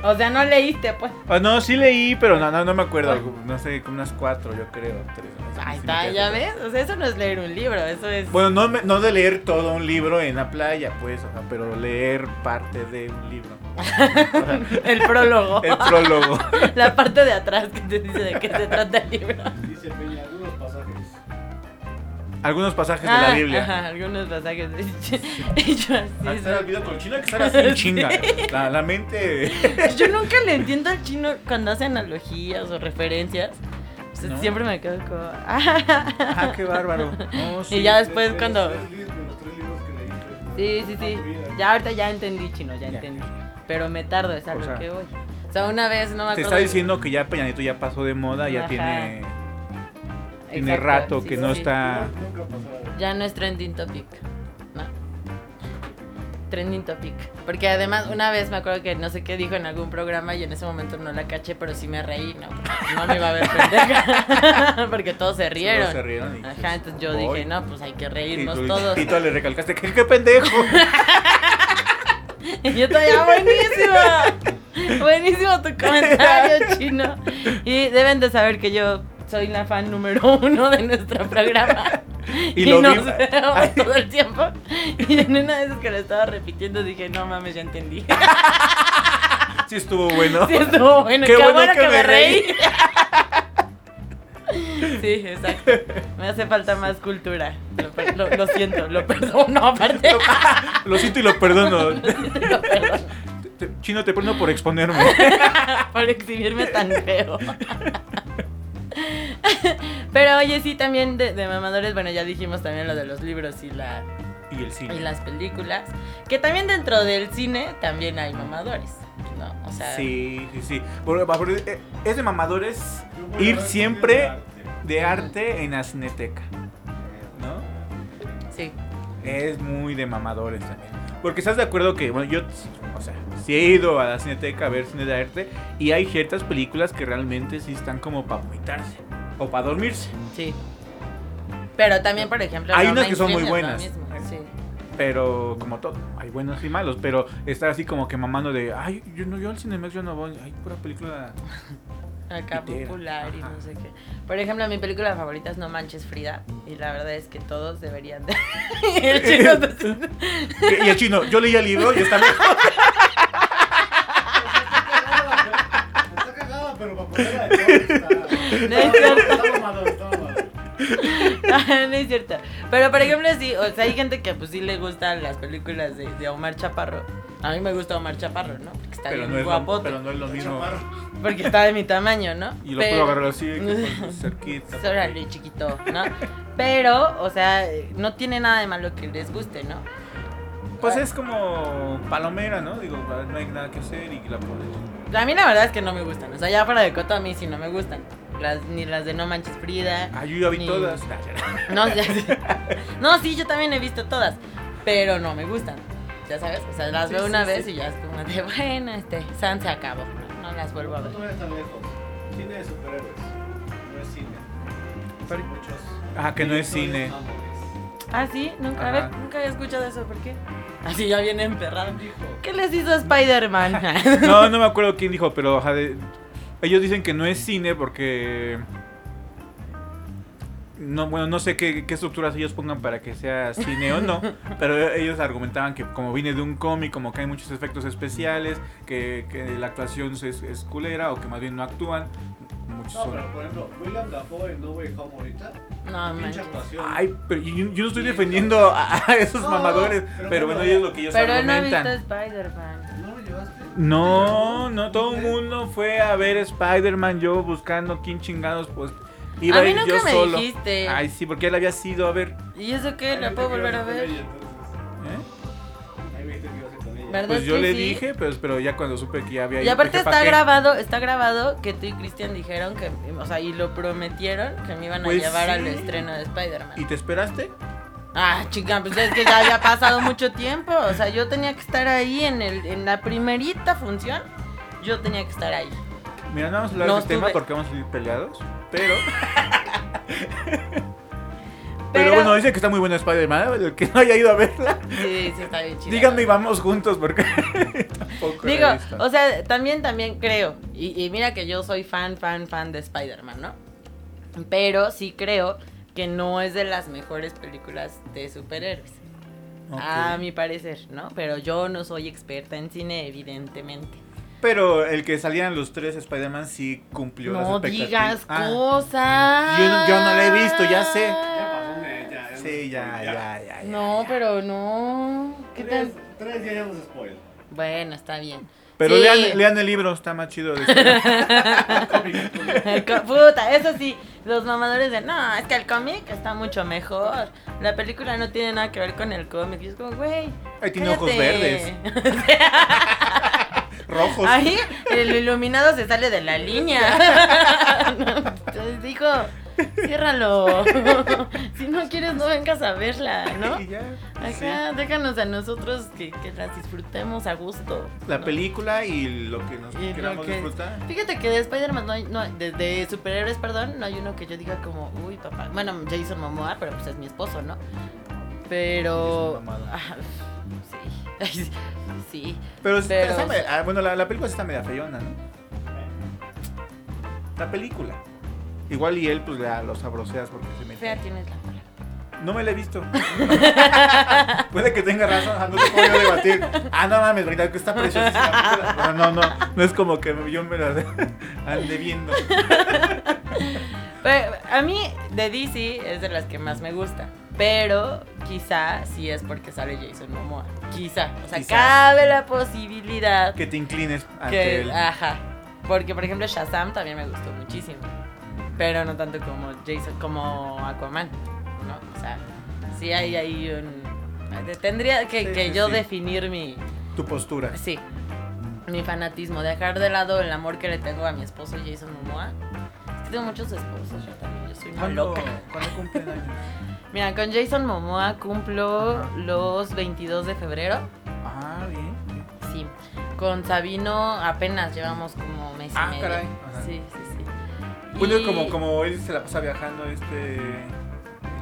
Speaker 1: O sea, no leíste, pues.
Speaker 2: Ah, no, sí leí, pero no, no, no me acuerdo. No sé, como unas cuatro, yo creo. Tres, no sé,
Speaker 1: Ahí
Speaker 2: sí me
Speaker 1: está,
Speaker 2: quedé
Speaker 1: ya
Speaker 2: corto.
Speaker 1: ves. O sea, eso no es leer un libro, eso es.
Speaker 2: Bueno, no, me- no de leer todo un libro en la playa, pues, o sea, pero leer parte de un libro. O sea,
Speaker 1: El prólogo.
Speaker 2: el prólogo.
Speaker 1: La parte de atrás que te dice de qué se trata el libro.
Speaker 3: Dice Peña, algunos pasajes.
Speaker 2: Algunos pasajes de la
Speaker 1: Ah,
Speaker 2: Biblia.
Speaker 1: Ajá, algunos pasajes. Y yo
Speaker 2: Ah,
Speaker 1: así.
Speaker 2: estar al video con el chino hay que estar así en chinga. La, la mente.
Speaker 1: Yo nunca le entiendo al chino cuando hace analogías o referencias. O sea,
Speaker 2: No.
Speaker 1: Siempre me quedo como.
Speaker 2: Ah, qué bárbaro. No, sí.
Speaker 1: Y ya después
Speaker 3: De- de
Speaker 1: cuando.
Speaker 3: los tres li- de los tres libros que leíste. Ah,
Speaker 1: Sí, sí, sí. Ya ahorita ya entendí, chino, ya
Speaker 2: Ah, Ya.
Speaker 1: entendí. Pero me tardo, es a
Speaker 2: O
Speaker 1: lo
Speaker 2: sea,
Speaker 1: que voy. O sea, una vez no me acuerdo.
Speaker 2: Te está diciendo que ya Peñanito ya pasó de moda, ya
Speaker 1: Ajá.
Speaker 2: tiene, tiene
Speaker 1: Exacto,
Speaker 2: rato
Speaker 1: sí,
Speaker 2: que
Speaker 1: sí,
Speaker 2: no
Speaker 1: sí.
Speaker 2: está.
Speaker 3: Nunca pasará.
Speaker 1: Ya no es trending topic. No. Trending topic. Porque además, una vez me acuerdo que no sé qué dijo en algún programa y en ese momento no la caché, pero sí me reí. No, no me iba a ver pendeja. porque todos se rieron.
Speaker 2: Todos se rieron y dices,
Speaker 1: Ajá, entonces yo
Speaker 2: "Voy".
Speaker 1: dije, no, pues hay que
Speaker 2: Y
Speaker 1: reírnos
Speaker 2: tú,
Speaker 1: todos.
Speaker 2: y tú le recalcaste que qué pendejo.
Speaker 1: Y yo todavía, "Ah, buenísimo. Buenísimo tu comentario, chino. Y deben de saber que yo soy la fan número uno de nuestro programa.
Speaker 2: Y lo
Speaker 1: nos
Speaker 2: vi-
Speaker 1: vemos todo el tiempo. Y en una de esas que lo estaba repitiendo dije, no mames, ya entendí.
Speaker 2: Sí estuvo bueno.
Speaker 1: Sí, estuvo bueno.
Speaker 2: Qué
Speaker 1: Qué,
Speaker 2: bueno
Speaker 1: bueno
Speaker 2: que
Speaker 1: que,
Speaker 2: me
Speaker 1: me reí. Sí, exacto. Me hace falta más cultura. Lo, per- lo- lo siento, lo perdono aparte.
Speaker 2: Lo siento y lo perdono.
Speaker 1: Lo perdono.
Speaker 2: Te- Chino, te perdono por exponerme.
Speaker 1: por exhibirme tan feo. Pero oye, sí, también de, de mamadores, bueno, ya dijimos también lo de los libros y, la,
Speaker 2: Y el cine.
Speaker 1: y las películas, que también dentro del cine también hay mamadores, ¿no? O sea,
Speaker 2: Sí, sí, sí. Por- por- eh, Es de mamadores
Speaker 3: Yo voy a
Speaker 2: ir
Speaker 3: hablar
Speaker 2: siempre
Speaker 3: también de arte.
Speaker 2: de arte en la cineteca. ¿No?
Speaker 1: sí.
Speaker 2: Es muy de mamadores también. Porque estás de acuerdo que, bueno, yo, o sea, sí he ido a la cineteca a ver cine de arte y hay ciertas películas que realmente sí están como para vomitarse o para dormirse.
Speaker 1: sí. Pero también, por ejemplo,
Speaker 2: Hay
Speaker 1: no
Speaker 2: unas que son muy
Speaker 1: mainstream es lo mismo,
Speaker 2: buenas.
Speaker 1: sí.
Speaker 2: Pero como todo, hay buenos y malos, pero estar así como que mamando de, ay, yo no yo al Cinemex yo no voy, ay, pura película.
Speaker 1: Acá
Speaker 2: Pitera,
Speaker 1: popular y
Speaker 2: ajá.
Speaker 1: no sé qué. Por ejemplo, mi película favorita es No Manches Frida. Y la verdad es que todos deberían de. El chico de-
Speaker 2: Y el chino, yo leía el libro y está mejor.
Speaker 3: Está cagada, pero para ponerla de todo está-
Speaker 1: No es cierto.
Speaker 3: Está mamador, está mamador.
Speaker 1: no es cierto. Pero por ejemplo, sí, o sea, hay gente que pues sí le gustan las películas de, de Omar Chaparro. A mí me gusta Omar Chaparro, ¿no? Porque está
Speaker 2: Pero
Speaker 1: bien
Speaker 2: no, es lo,
Speaker 1: guapote.
Speaker 2: pero no es lo mismo.
Speaker 3: Chaparro.
Speaker 1: Porque está de mi tamaño, ¿no?
Speaker 2: Y lo
Speaker 1: Pero-
Speaker 2: puedo agarrar así, que pues, cerquita.
Speaker 1: Órale, chiquito, ¿no? Pero, o sea, no tiene nada de malo que les guste, ¿no?
Speaker 2: Pues es como palomera, ¿no? Digo, no hay nada que hacer y la pones.
Speaker 1: A mí la verdad es que no me gustan. O sea, ya fuera de coto a mí sí no me gustan. Las, ni las de No Manches Frida.
Speaker 2: Ah, yo ya vi
Speaker 1: ni-
Speaker 2: todas.
Speaker 1: No, ya sé. no, sí, yo también he visto todas, pero no me gustan. Ya sabes, o sea, las
Speaker 2: Sí,
Speaker 1: veo
Speaker 2: sí,
Speaker 1: una
Speaker 2: sí.
Speaker 1: vez y ya es como de, bueno, este, San se acabó. No, no las vuelvo a ver.
Speaker 3: No eres tan lejos. Cine de superhéroes. No es cine.
Speaker 2: Pero-
Speaker 3: Son muchos
Speaker 2: Ajá, Ah, que no es cine.
Speaker 3: directores mamones.
Speaker 1: Ah, sí, nunca, a
Speaker 2: Ajá.
Speaker 1: ver, nunca había escuchado eso, ¿por qué? Así ya viene emperrado.
Speaker 3: Dijo,
Speaker 1: ¿Qué les hizo Spider-Man?
Speaker 2: No, no me acuerdo quién dijo, pero ajá, de- ellos dicen que no es cine porque. No, bueno, no sé qué, qué estructuras ellos pongan para que sea cine o no, pero ellos argumentaban que como viene de un cómic, como que hay muchos efectos especiales, que, que la actuación es, es culera o que más bien no actúan. Muchos
Speaker 3: No,
Speaker 2: son-
Speaker 3: pero por ejemplo, William Dafoe en No Way Home ahorita.
Speaker 1: no,
Speaker 3: Pinche
Speaker 1: manches.
Speaker 3: actuación.
Speaker 2: Ay, pero yo, yo no estoy defendiendo a, a esos
Speaker 3: No,
Speaker 2: mamadores,
Speaker 3: pero
Speaker 2: pero bueno,
Speaker 3: bueno,
Speaker 2: ellos lo que ellos
Speaker 1: Pero él no ha visto
Speaker 2: argumentan.
Speaker 1: Spider-Man.
Speaker 3: ¿No lo llevaste?
Speaker 2: No, no, todo el mundo fue a ver Spider-Man, yo buscando quién chingados, pues.
Speaker 1: A
Speaker 2: Iba
Speaker 1: mí
Speaker 2: ir yo
Speaker 1: nunca me
Speaker 2: solo.
Speaker 1: dijiste.
Speaker 2: Ay, sí, porque él había sido a ver.
Speaker 1: ¿Y eso qué? ¿La puedo volver a ver?
Speaker 2: ¿eh?
Speaker 3: Ahí me dijiste que ibas a ir con ella.
Speaker 1: ¿Verdad
Speaker 2: Pues yo
Speaker 1: que
Speaker 2: le
Speaker 1: sí?
Speaker 2: dije, pero, pero ya cuando supe que ya había
Speaker 1: Y
Speaker 2: ido,
Speaker 1: aparte
Speaker 2: dije, ¿pa'
Speaker 1: está
Speaker 2: qué?
Speaker 1: grabado, está grabado que tú y Cristian dijeron que, o sea, y lo prometieron que me iban a
Speaker 2: Pues
Speaker 1: llevar
Speaker 2: sí.
Speaker 1: al estreno de Spider-Man.
Speaker 2: ¿Y te esperaste?
Speaker 1: Ah, chica, pues es que ya había pasado mucho tiempo. O sea, yo tenía que estar ahí en, el, en la primerita función. Yo tenía que estar ahí.
Speaker 2: Mira, no vamos a hablar
Speaker 1: No
Speaker 2: de este tema
Speaker 1: estuve.
Speaker 2: porque vamos a salir peleados. Pero. pero,
Speaker 1: Pero-
Speaker 2: bueno, dice que está muy buena Spider-Man, el que no haya ido a verla.
Speaker 1: Sí, sí, está bien chido.
Speaker 2: Díganme y vamos juntos porque. tampoco la he
Speaker 1: Digo,
Speaker 2: visto.
Speaker 1: o sea, también, también creo. Y, y mira que yo soy fan, fan, fan de Spider-Man, ¿no? Pero sí creo que no es de las mejores películas de superhéroes.
Speaker 2: Ok.
Speaker 1: A mi parecer, ¿no? Pero yo no soy experta en cine, evidentemente.
Speaker 2: Pero el que salían los tres Spider-Man sí cumplió las
Speaker 1: No
Speaker 2: expectativas.
Speaker 1: digas
Speaker 2: Ah,
Speaker 1: cosas.
Speaker 2: Yo no- yo no la he visto, ya sé.
Speaker 3: Ya pasó un mes, ya.
Speaker 2: Ah, Sí, ya, ya, ya. ya.
Speaker 1: No, pero no. ¿Qué tal?
Speaker 3: Tres, tres ya llevamos spoiler.
Speaker 1: Bueno, está bien.
Speaker 2: Pero
Speaker 1: Sí.
Speaker 2: lean, lean el libro, está más chido. de Spider-Man.
Speaker 1: Co- Puta, eso sí, los mamadores de no, es que el cómic está mucho mejor. La película no tiene nada que ver con el cómic. Y es como, güey.
Speaker 2: Ahí tiene ojos
Speaker 1: cállate.
Speaker 2: verdes, rojos.
Speaker 1: Ahí el iluminado se sale de la línea. Entonces dijo, ciérralo. si no quieres, no vengas a verla, ¿no?
Speaker 2: Y ya.
Speaker 1: Acá, déjanos a nosotros que, que las disfrutemos a gusto.
Speaker 2: Sí. La
Speaker 1: ¿no?
Speaker 2: película y lo que nos
Speaker 1: Y lo
Speaker 2: queramos
Speaker 1: que-
Speaker 2: disfrutar.
Speaker 1: Fíjate que de Spider-Man, no hay, no hay- de, de superhéroes, perdón, no hay uno que yo diga como, uy, papá. Bueno, Jason Momoa, pero pues es mi esposo, ¿no? Pero.
Speaker 2: Jason Momoa.
Speaker 1: Ah, sí. sí.
Speaker 2: Pero, es-
Speaker 1: Pero-
Speaker 2: está me- ah, bueno, la, la película sí está media feyona, ¿no? La película. Igual y él, pues la, los sabroseas porque se mete.
Speaker 1: Fea tienes la palabra.
Speaker 2: No me la he visto. Puede que tenga razón, ah, no te puedo yo debatir. Ah, no mames, verdad que está preciosa. No, no, no, no es como que yo me la ande viendo.
Speaker 1: Pero, a mí, de DC es de las que más me gusta. Pero quizá sí es porque sale Jason Momoa. Quizá. O sea,
Speaker 2: Quizás.
Speaker 1: cabe la posibilidad
Speaker 2: Que te inclines ante
Speaker 1: que, ah,
Speaker 2: él.
Speaker 1: ajá, porque por ejemplo Shazam también me gustó muchísimo, pero no tanto como Jason, como Aquaman, ¿no? O sea, sí hay ahí un, eh, tendría que,
Speaker 2: Sí,
Speaker 1: que
Speaker 2: sí,
Speaker 1: yo
Speaker 2: sí.
Speaker 1: definir mi,
Speaker 2: tu postura.
Speaker 1: sí, mi fanatismo, dejar de lado el amor que le tengo a mi esposo Jason Momoa. Es que tengo muchos esposos, yo también, yo soy muy
Speaker 2: ¿Cuándo,
Speaker 1: loca.
Speaker 2: ¿cuándo cumplen años?
Speaker 1: Mira, con Jason Momoa cumplo
Speaker 2: Ajá.
Speaker 1: los 22 de febrero,
Speaker 2: Ah, bien.
Speaker 1: sí. Con Sabino apenas llevamos como mes y
Speaker 2: Ah,
Speaker 1: medio.
Speaker 2: caray. Ajá.
Speaker 1: Sí, sí, sí.
Speaker 2: Bueno,
Speaker 1: Y-
Speaker 2: como, como él se la pasa viajando, este.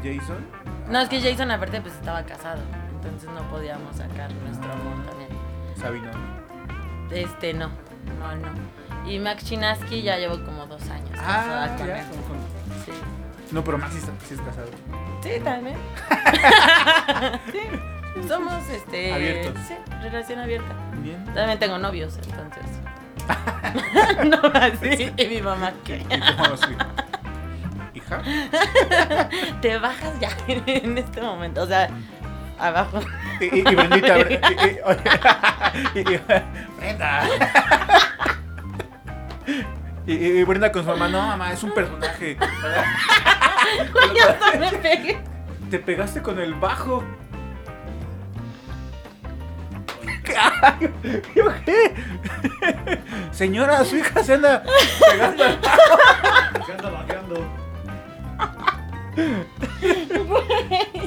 Speaker 2: Jason. Ah,
Speaker 1: No, es que Jason aparte pues estaba casado, entonces no podíamos sacar nuestro amor también.
Speaker 2: Sabino.
Speaker 1: Este, no, no, no. Y Max Chinaski ya llevo como dos años casada con él.
Speaker 2: con- con-
Speaker 1: Sí.
Speaker 2: Ah, No, pero Max sí está- sí es casado.
Speaker 1: sí, también. sí, somos, este...
Speaker 2: Abiertos.
Speaker 1: Sí, relación abierta.
Speaker 2: Bien.
Speaker 1: También tengo novios, entonces. no, así. Y mi mamá, ¿qué?
Speaker 2: ¿Y cómo sí? ¿Hija?
Speaker 1: Te bajas ya en este momento, o sea, abajo.
Speaker 2: Y, y, y Brendita. Bre- y- y- y- y- Brenda. Y, y- y Brenda con su mamá, no mamá, es un personaje.
Speaker 1: Güey, hasta me pegué.
Speaker 2: Te pegaste con el bajo. ¿Yo qué? Señora, su hija se anda pegando.
Speaker 3: Se anda vaqueando.
Speaker 1: Güey.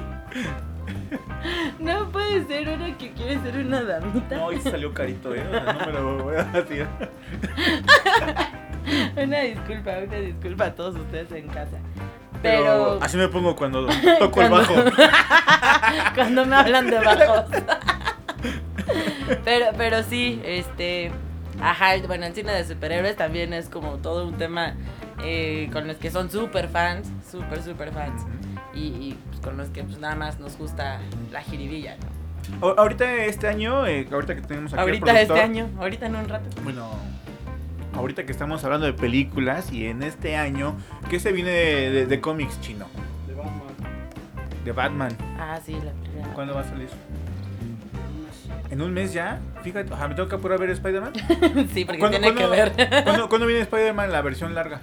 Speaker 1: No puede ser una que quiere ser una damita.
Speaker 2: No, y salió carito, eh. O sea, no me lo voy a decir.
Speaker 1: Una disculpa, una disculpa a todos ustedes en casa. Pero
Speaker 2: Pero así me pongo cuando toco el
Speaker 1: Cuando-
Speaker 2: bajo.
Speaker 1: cuando me hablan de bajos. Pero, pero sí, este. Ajá, bueno, el cine de superhéroes también es como todo un tema eh, con los que son super fans, super, super fans. Y, y, pues, con los que pues, nada más nos gusta la jiribilla, ¿no?
Speaker 2: A- ahorita este año, eh, ahorita que tenemos aquí al
Speaker 1: Ahorita este
Speaker 2: productor,
Speaker 1: año, ahorita en un rato.
Speaker 2: Bueno, ahorita que estamos hablando de películas y en este año, ¿qué se viene de, de- de cómics chino?
Speaker 3: De Batman.
Speaker 2: De Batman.
Speaker 1: Ah, sí, la primera.
Speaker 2: ¿Cuándo va a salir? ¿En un mes ya? Fíjate, ajá, me tengo que apurar a ver Spider-Man.
Speaker 1: sí, porque
Speaker 2: ¿Cuándo-
Speaker 1: tiene que
Speaker 2: cuándo-
Speaker 1: ver.
Speaker 2: ¿cuándo, cuándo viene Spider-Man la versión larga?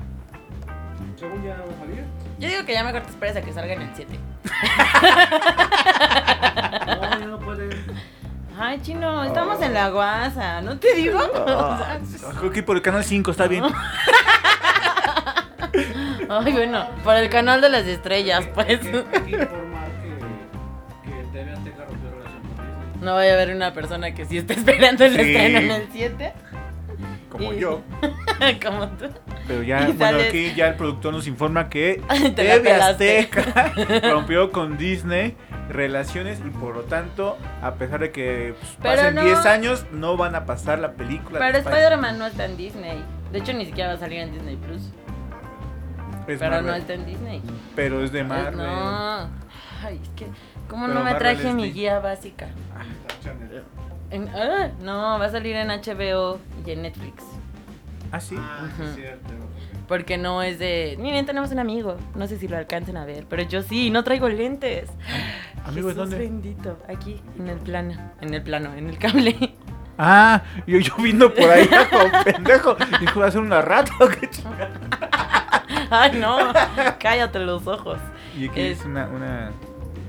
Speaker 3: Según ya va a salir.
Speaker 1: Yo digo que ya mejor te esperes a que salga en el 7.
Speaker 3: No, ya no puede.
Speaker 1: Ay,
Speaker 2: Oh.
Speaker 1: chino, estamos en la guasa, ¿no te digo? O sea,
Speaker 2: Creo que por el canal 5 está bien.
Speaker 1: Ay, bueno, por el canal de las estrellas, pues.
Speaker 3: Hay que- hay que informar que, que TV Azteca rompió relación con Disney.
Speaker 1: No vaya a haber una persona que sí está esperando el
Speaker 2: Sí.
Speaker 1: estreno en el 7,
Speaker 2: Como
Speaker 1: Y-
Speaker 2: yo.
Speaker 1: como tú.
Speaker 2: Pero
Speaker 1: Y
Speaker 2: ya, bueno,
Speaker 1: sales-
Speaker 2: aquí ya el productor nos informa que
Speaker 1: Te la
Speaker 2: TV
Speaker 1: pelaste.
Speaker 2: Azteca rompió con Disney relaciones y por lo tanto, a pesar de que pues,
Speaker 1: Pero
Speaker 2: pasen
Speaker 1: no-
Speaker 2: 10 años, no van a pasar la película. de
Speaker 1: Pero Spider-Man no está en Disney. De hecho, ni siquiera va a salir en Disney Plus.
Speaker 2: Es
Speaker 1: Pero
Speaker 2: Marvel,
Speaker 1: no está en Disney.
Speaker 2: pero es de
Speaker 1: Pues
Speaker 2: Marvel.
Speaker 1: no. Ay, es que, ¿cómo
Speaker 2: Pero
Speaker 1: no me
Speaker 2: Marvel
Speaker 1: traje
Speaker 2: es
Speaker 1: mi
Speaker 2: Disney.
Speaker 1: guía básica?
Speaker 3: Está Channel.
Speaker 1: En- ah, no, va a salir en HBO y en Netflix.
Speaker 2: Ah, sí.
Speaker 3: Ah, sí,
Speaker 1: Ujú.
Speaker 3: cierto.
Speaker 1: Porque no es de. Miren, tenemos un amigo. No sé si lo alcancen a ver, pero yo sí, no traigo lentes.
Speaker 2: Amigo,
Speaker 1: Jesús
Speaker 2: ¿en ¿dónde?
Speaker 1: bendito. Aquí, en el plano. En el plano, en el cable.
Speaker 2: Ah, yo, yo viendo por ahí como pendejo. Dijo, va a ser una rata. ¿qué chingada?
Speaker 1: Ay, no. Cállate los ojos.
Speaker 2: y aquí
Speaker 1: Es-
Speaker 2: es una. una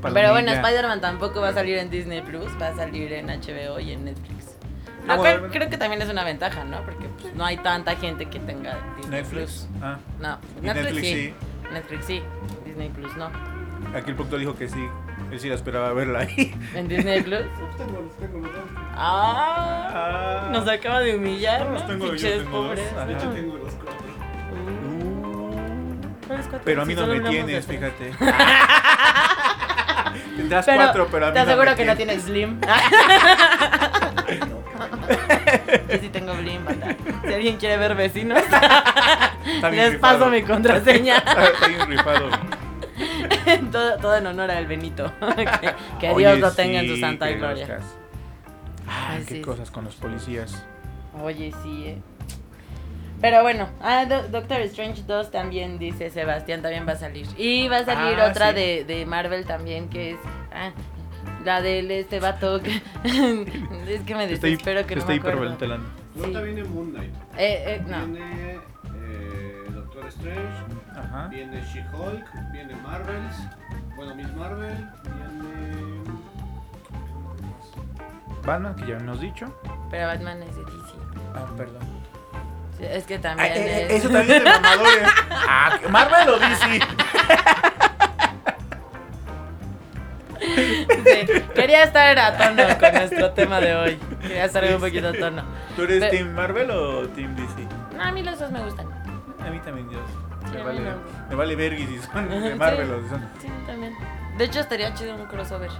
Speaker 1: Pero bueno,
Speaker 2: palomilla.
Speaker 1: Spider-Man tampoco va a salir en Disney Plus, va a salir en HBO y en Netflix.
Speaker 2: Ah,
Speaker 1: Lo
Speaker 2: bueno,
Speaker 1: cual
Speaker 2: bueno.
Speaker 1: creo que también es una ventaja, ¿no? Porque pues, no hay tanta gente que tenga Disney
Speaker 2: Netflix.
Speaker 1: Plus.
Speaker 2: Ah,
Speaker 1: No,
Speaker 2: y
Speaker 1: Netflix,
Speaker 2: Netflix
Speaker 1: sí.
Speaker 2: sí.
Speaker 1: Netflix sí, Disney Plus no.
Speaker 2: Aquí el productor dijo que sí. Él sí la esperaba verla ahí.
Speaker 1: En Disney Plus.
Speaker 3: Pues tengo, los tengo los dos.
Speaker 1: ¡Ah! Nos acaba de humillar.
Speaker 2: No los
Speaker 1: ¿no?
Speaker 2: tengo yo,
Speaker 1: Pinches
Speaker 2: tengo dos. Ah,
Speaker 1: pobres. Ah.
Speaker 2: Ajá.
Speaker 3: De hecho, tengo los cuatro.
Speaker 1: Uh, ¿cuáles cuatro?
Speaker 2: Pero a mí
Speaker 1: Si
Speaker 2: no
Speaker 1: solo
Speaker 2: me
Speaker 1: hablamos de
Speaker 2: tienes,
Speaker 1: tres.
Speaker 2: fíjate. Tendrás
Speaker 1: Pero
Speaker 2: cuatro, pero a mí
Speaker 1: Te aseguro
Speaker 2: me
Speaker 1: que no
Speaker 2: tienes.
Speaker 1: tienes Slim. Yo sí tengo Blim, banda. Si alguien quiere ver vecinos,
Speaker 2: Está bien
Speaker 1: les
Speaker 2: rifado.
Speaker 1: paso mi contraseña.
Speaker 2: Está bien rifado.
Speaker 1: todo, todo en honor al Benito. que que
Speaker 2: Oye,
Speaker 1: Dios lo tenga en
Speaker 2: sí,
Speaker 1: su santa
Speaker 2: que
Speaker 1: gloria.
Speaker 2: conozcas. Ay,
Speaker 1: Ay,
Speaker 2: qué
Speaker 1: sí.
Speaker 2: cosas con los policías.
Speaker 1: Oye, sí, eh. Pero bueno, ah, Do- Doctor Strange 2 también dice Sebastián, también va a salir. Y va a salir
Speaker 2: Ah,
Speaker 1: otra
Speaker 2: sí.
Speaker 1: de, de Marvel también, que es ah, la del este vato. que- es que me
Speaker 2: Estoy,
Speaker 1: desespero que no
Speaker 2: estoy
Speaker 1: me acuerdo.
Speaker 2: hiperventilando.
Speaker 3: No
Speaker 1: Sí.
Speaker 3: está viene Moon Knight.
Speaker 1: Eh, eh, no.
Speaker 3: Viene eh, Doctor Strange.
Speaker 2: Ajá.
Speaker 3: Viene She-Hulk. Viene Marvels. Bueno, Miss Marvel. Viene.
Speaker 2: Batman, que ya hemos dicho.
Speaker 1: Pero Batman es de DC.
Speaker 2: Ah, perdón.
Speaker 1: Sí, Es que también es...
Speaker 2: Ah, eh, eso también es de mamadores. ah, Marvel o DC.
Speaker 1: Sí, Quería estar a tono con nuestro tema de hoy. Quería estar un poquito a tono.
Speaker 2: ¿Tú eres
Speaker 1: Pero-
Speaker 2: Team Marvel o Team DC?
Speaker 1: No, a mí los dos me gustan.
Speaker 2: A mí también, Dios.
Speaker 1: Sí,
Speaker 2: Me
Speaker 1: a mí
Speaker 2: vale,
Speaker 1: no.
Speaker 2: me vale vergui si son de
Speaker 1: Sí.
Speaker 2: Marvel o si son.
Speaker 1: Sí, también. De hecho, estaría chido un crossover.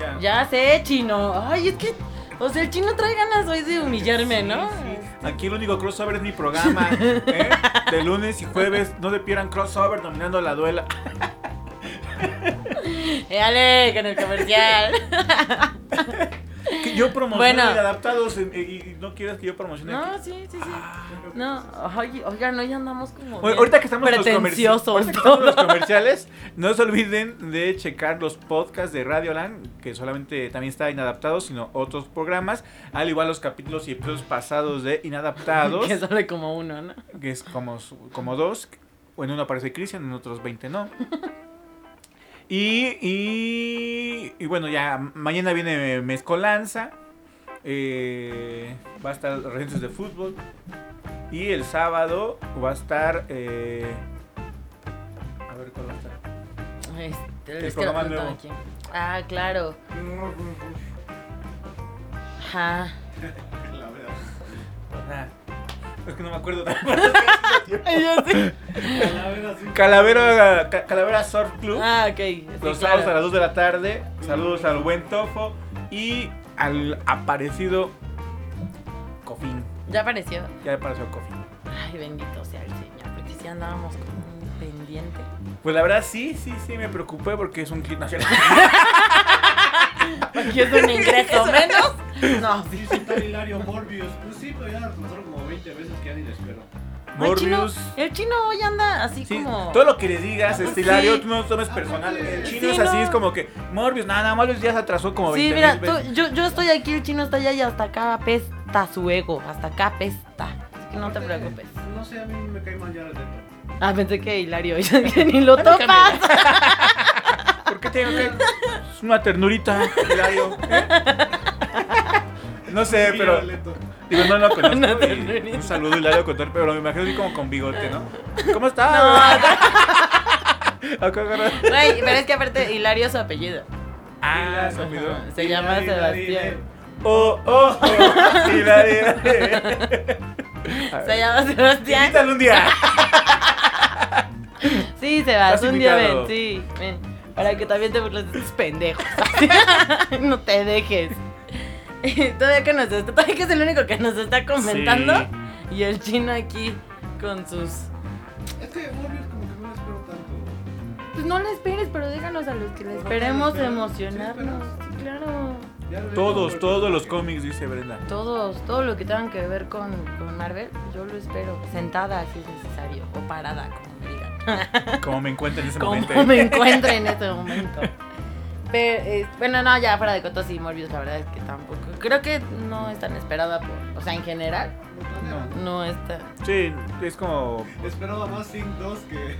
Speaker 2: Ya.
Speaker 1: Ya sé, chino. Ay, es que. O sea, el chino trae ganas hoy de humillarme, ¿no?
Speaker 2: Aquí el único crossover es mi programa. ¿eh? De lunes y jueves, no te pierdan crossover dominando la duela.
Speaker 1: Eh, Ale, con el comercial.
Speaker 2: Que yo promociono
Speaker 1: Bueno.
Speaker 2: inadaptados en- eh, y, y no quieras que yo promocione.
Speaker 1: No,
Speaker 2: aquí.
Speaker 1: sí, sí, sí.
Speaker 2: Ah.
Speaker 1: No, ay, oigan, hoy andamos como.
Speaker 2: Oye,
Speaker 1: bien
Speaker 2: ahorita que estamos en los, comerci-
Speaker 1: pretenciosos.
Speaker 2: ahorita que estamos en los comerciales, no se olviden de checar los podcasts de Radio Land, que solamente también está Inadaptados, sino otros programas, al igual los capítulos y episodios pasados de Inadaptados,
Speaker 1: Que sale como uno, ¿no?
Speaker 2: que es como, su- como dos, o en uno aparece Cristian, en otros 20 no. Y, y, y bueno, ya mañana viene Mezcolanza, eh, va a estar Referencias de Fútbol, y el sábado va a estar... eh, a ver cuál va a estar.
Speaker 1: Este,
Speaker 2: El
Speaker 1: es que lo
Speaker 2: programa
Speaker 1: tengo
Speaker 2: nuevo.
Speaker 1: aquí. Ah, claro. Ajá.
Speaker 3: La verdad.
Speaker 2: Ah, es que no me acuerdo.
Speaker 1: Ay, ya sé.
Speaker 3: La verdad, sí.
Speaker 2: Calavera, Ca- Calavera Surf Club.
Speaker 1: Ah, ok. sí,
Speaker 2: Los
Speaker 1: claro.
Speaker 2: sábados a las 2 de la tarde. Saludos al buen Tofo y al aparecido Cofín.
Speaker 1: Ya apareció.
Speaker 2: Ya apareció Cofín.
Speaker 1: Ay, bendito sea el Señor. Porque si andábamos con un pendiente.
Speaker 2: Pues la verdad sí, sí, sí, me preocupé porque es un clip nacional.
Speaker 1: Porque es un ingreso menos. No, sí.
Speaker 3: Dice tal Hilario Morbius. Pues sí, pero ya nos pasaron como 20 veces que ya ni le espero.
Speaker 1: No, el chino-
Speaker 2: Morbius.
Speaker 1: El chino hoy anda así
Speaker 2: Sí,
Speaker 1: como.
Speaker 2: todo lo que le digas,
Speaker 1: Sí.
Speaker 2: este Hilario, tú no tomes personal. El chino
Speaker 1: Sí,
Speaker 2: es así,
Speaker 1: no.
Speaker 2: es como que Morbius, nada, nada, Morbius ya se atrasó como
Speaker 1: Sí,
Speaker 2: 20
Speaker 1: mira, tú- yo, yo estoy aquí, el chino está allá y hasta acá apesta su ego. Hasta acá apesta. Así que no te
Speaker 3: Aparte,
Speaker 1: preocupes.
Speaker 3: No sé, a mí me cae mal Jared Leto.
Speaker 1: Ah, pensé que Hilario, que ni lo
Speaker 2: Ay, cámbiala.
Speaker 1: topas.
Speaker 2: ¿Por qué tengo que.? Es una ternurita, Hilario. ¿eh? No sé,
Speaker 3: Mira,
Speaker 2: Eh, pero.
Speaker 3: Leto.
Speaker 2: Digo, no lo conozco.
Speaker 1: Una
Speaker 2: y
Speaker 1: ternurita.
Speaker 2: un saludo, Hilario, con todo, pero me imagino así como con bigote, ¿no? ¿Cómo
Speaker 1: No,
Speaker 2: estás? Acá agarra-
Speaker 1: Güey, pero es que aparte, Hilario es su apellido.
Speaker 2: Ah, se olvidó.
Speaker 1: Ajá, Se llama
Speaker 3: Hilary,
Speaker 1: Sebastián.
Speaker 2: Oh, oh, oh. Hilario.
Speaker 1: Se llama Sebastián.
Speaker 2: Invítalo un día.
Speaker 1: Sí, Sebas,
Speaker 2: Estás
Speaker 1: un día
Speaker 2: invitado.
Speaker 1: ven, sí, ven. Para que también te burles de estos pendejos. no te dejes. Todavía que nos está, todavía que es el único que nos está comentando. Y el chino aquí con sus.
Speaker 3: Es que Morbius como que no lo espero tanto.
Speaker 1: Pues no la esperes, pero déjanos a los que la
Speaker 3: Por
Speaker 1: esperemos
Speaker 3: favor, espera.
Speaker 1: emocionarnos.
Speaker 3: Sí,
Speaker 1: Sí, claro.
Speaker 3: Jared Leto,
Speaker 2: Todos,
Speaker 3: Morbius.
Speaker 2: todos los cómics, dice Brenda.
Speaker 1: Todos, todo lo que tengan que ver con, con Marvel, yo lo espero. Sentada si es necesario. O parada, como me digan.
Speaker 2: Como me encuentro en ese momento.
Speaker 1: como me encuentro en este momento. Pero, eh, bueno, no, ya fuera de cotos y Morbius, la verdad es que tampoco. Creo que no es tan esperada por. O sea, en general,
Speaker 3: No.
Speaker 1: no está.
Speaker 2: Sí, es como.
Speaker 3: Esperaba más Sing 2 que.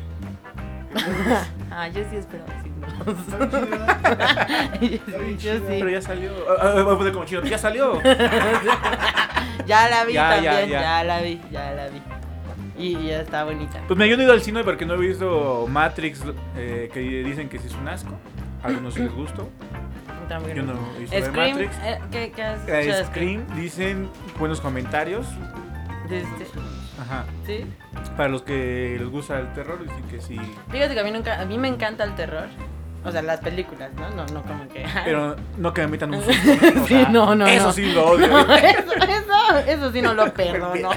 Speaker 1: Ah, yo sí esperaba sin
Speaker 3: Está
Speaker 1: dos.
Speaker 3: bien chida.
Speaker 1: yo, sí, yo
Speaker 2: Pero
Speaker 1: sí.
Speaker 2: ya salió. Ah, ah, voy a poner como chino. Ya salió. Pues
Speaker 1: Ya la vi
Speaker 2: Ya, ya,
Speaker 1: también, ya,
Speaker 2: ya.
Speaker 1: la vi, ya la vi. Y y ya está bonita.
Speaker 2: Pues me yo no he ido al cine porque no he visto Matrix, eh, que dicen que sí es un asco. A algunos sí les gustó.
Speaker 1: También.
Speaker 2: Yo no he visto de
Speaker 1: Scream,
Speaker 2: Matrix.
Speaker 1: eh, ¿qué, qué has
Speaker 2: Eh,
Speaker 1: escuchado de
Speaker 2: Scream dicen buenos comentarios.
Speaker 1: De este-
Speaker 2: Ajá.
Speaker 1: ¿Sí?
Speaker 2: Para los que les gusta el terror, dicen que sí.
Speaker 1: Fíjate que a mí nunca, a mí me encanta el terror. O sea, las películas, ¿no? No, no como que.
Speaker 2: Pero no que me metan un susto. o
Speaker 1: Sí,
Speaker 2: sea,
Speaker 1: no, no,
Speaker 2: Eso
Speaker 1: no.
Speaker 2: sí lo odio.
Speaker 1: No, eso, eso, eso sí no lo perdono.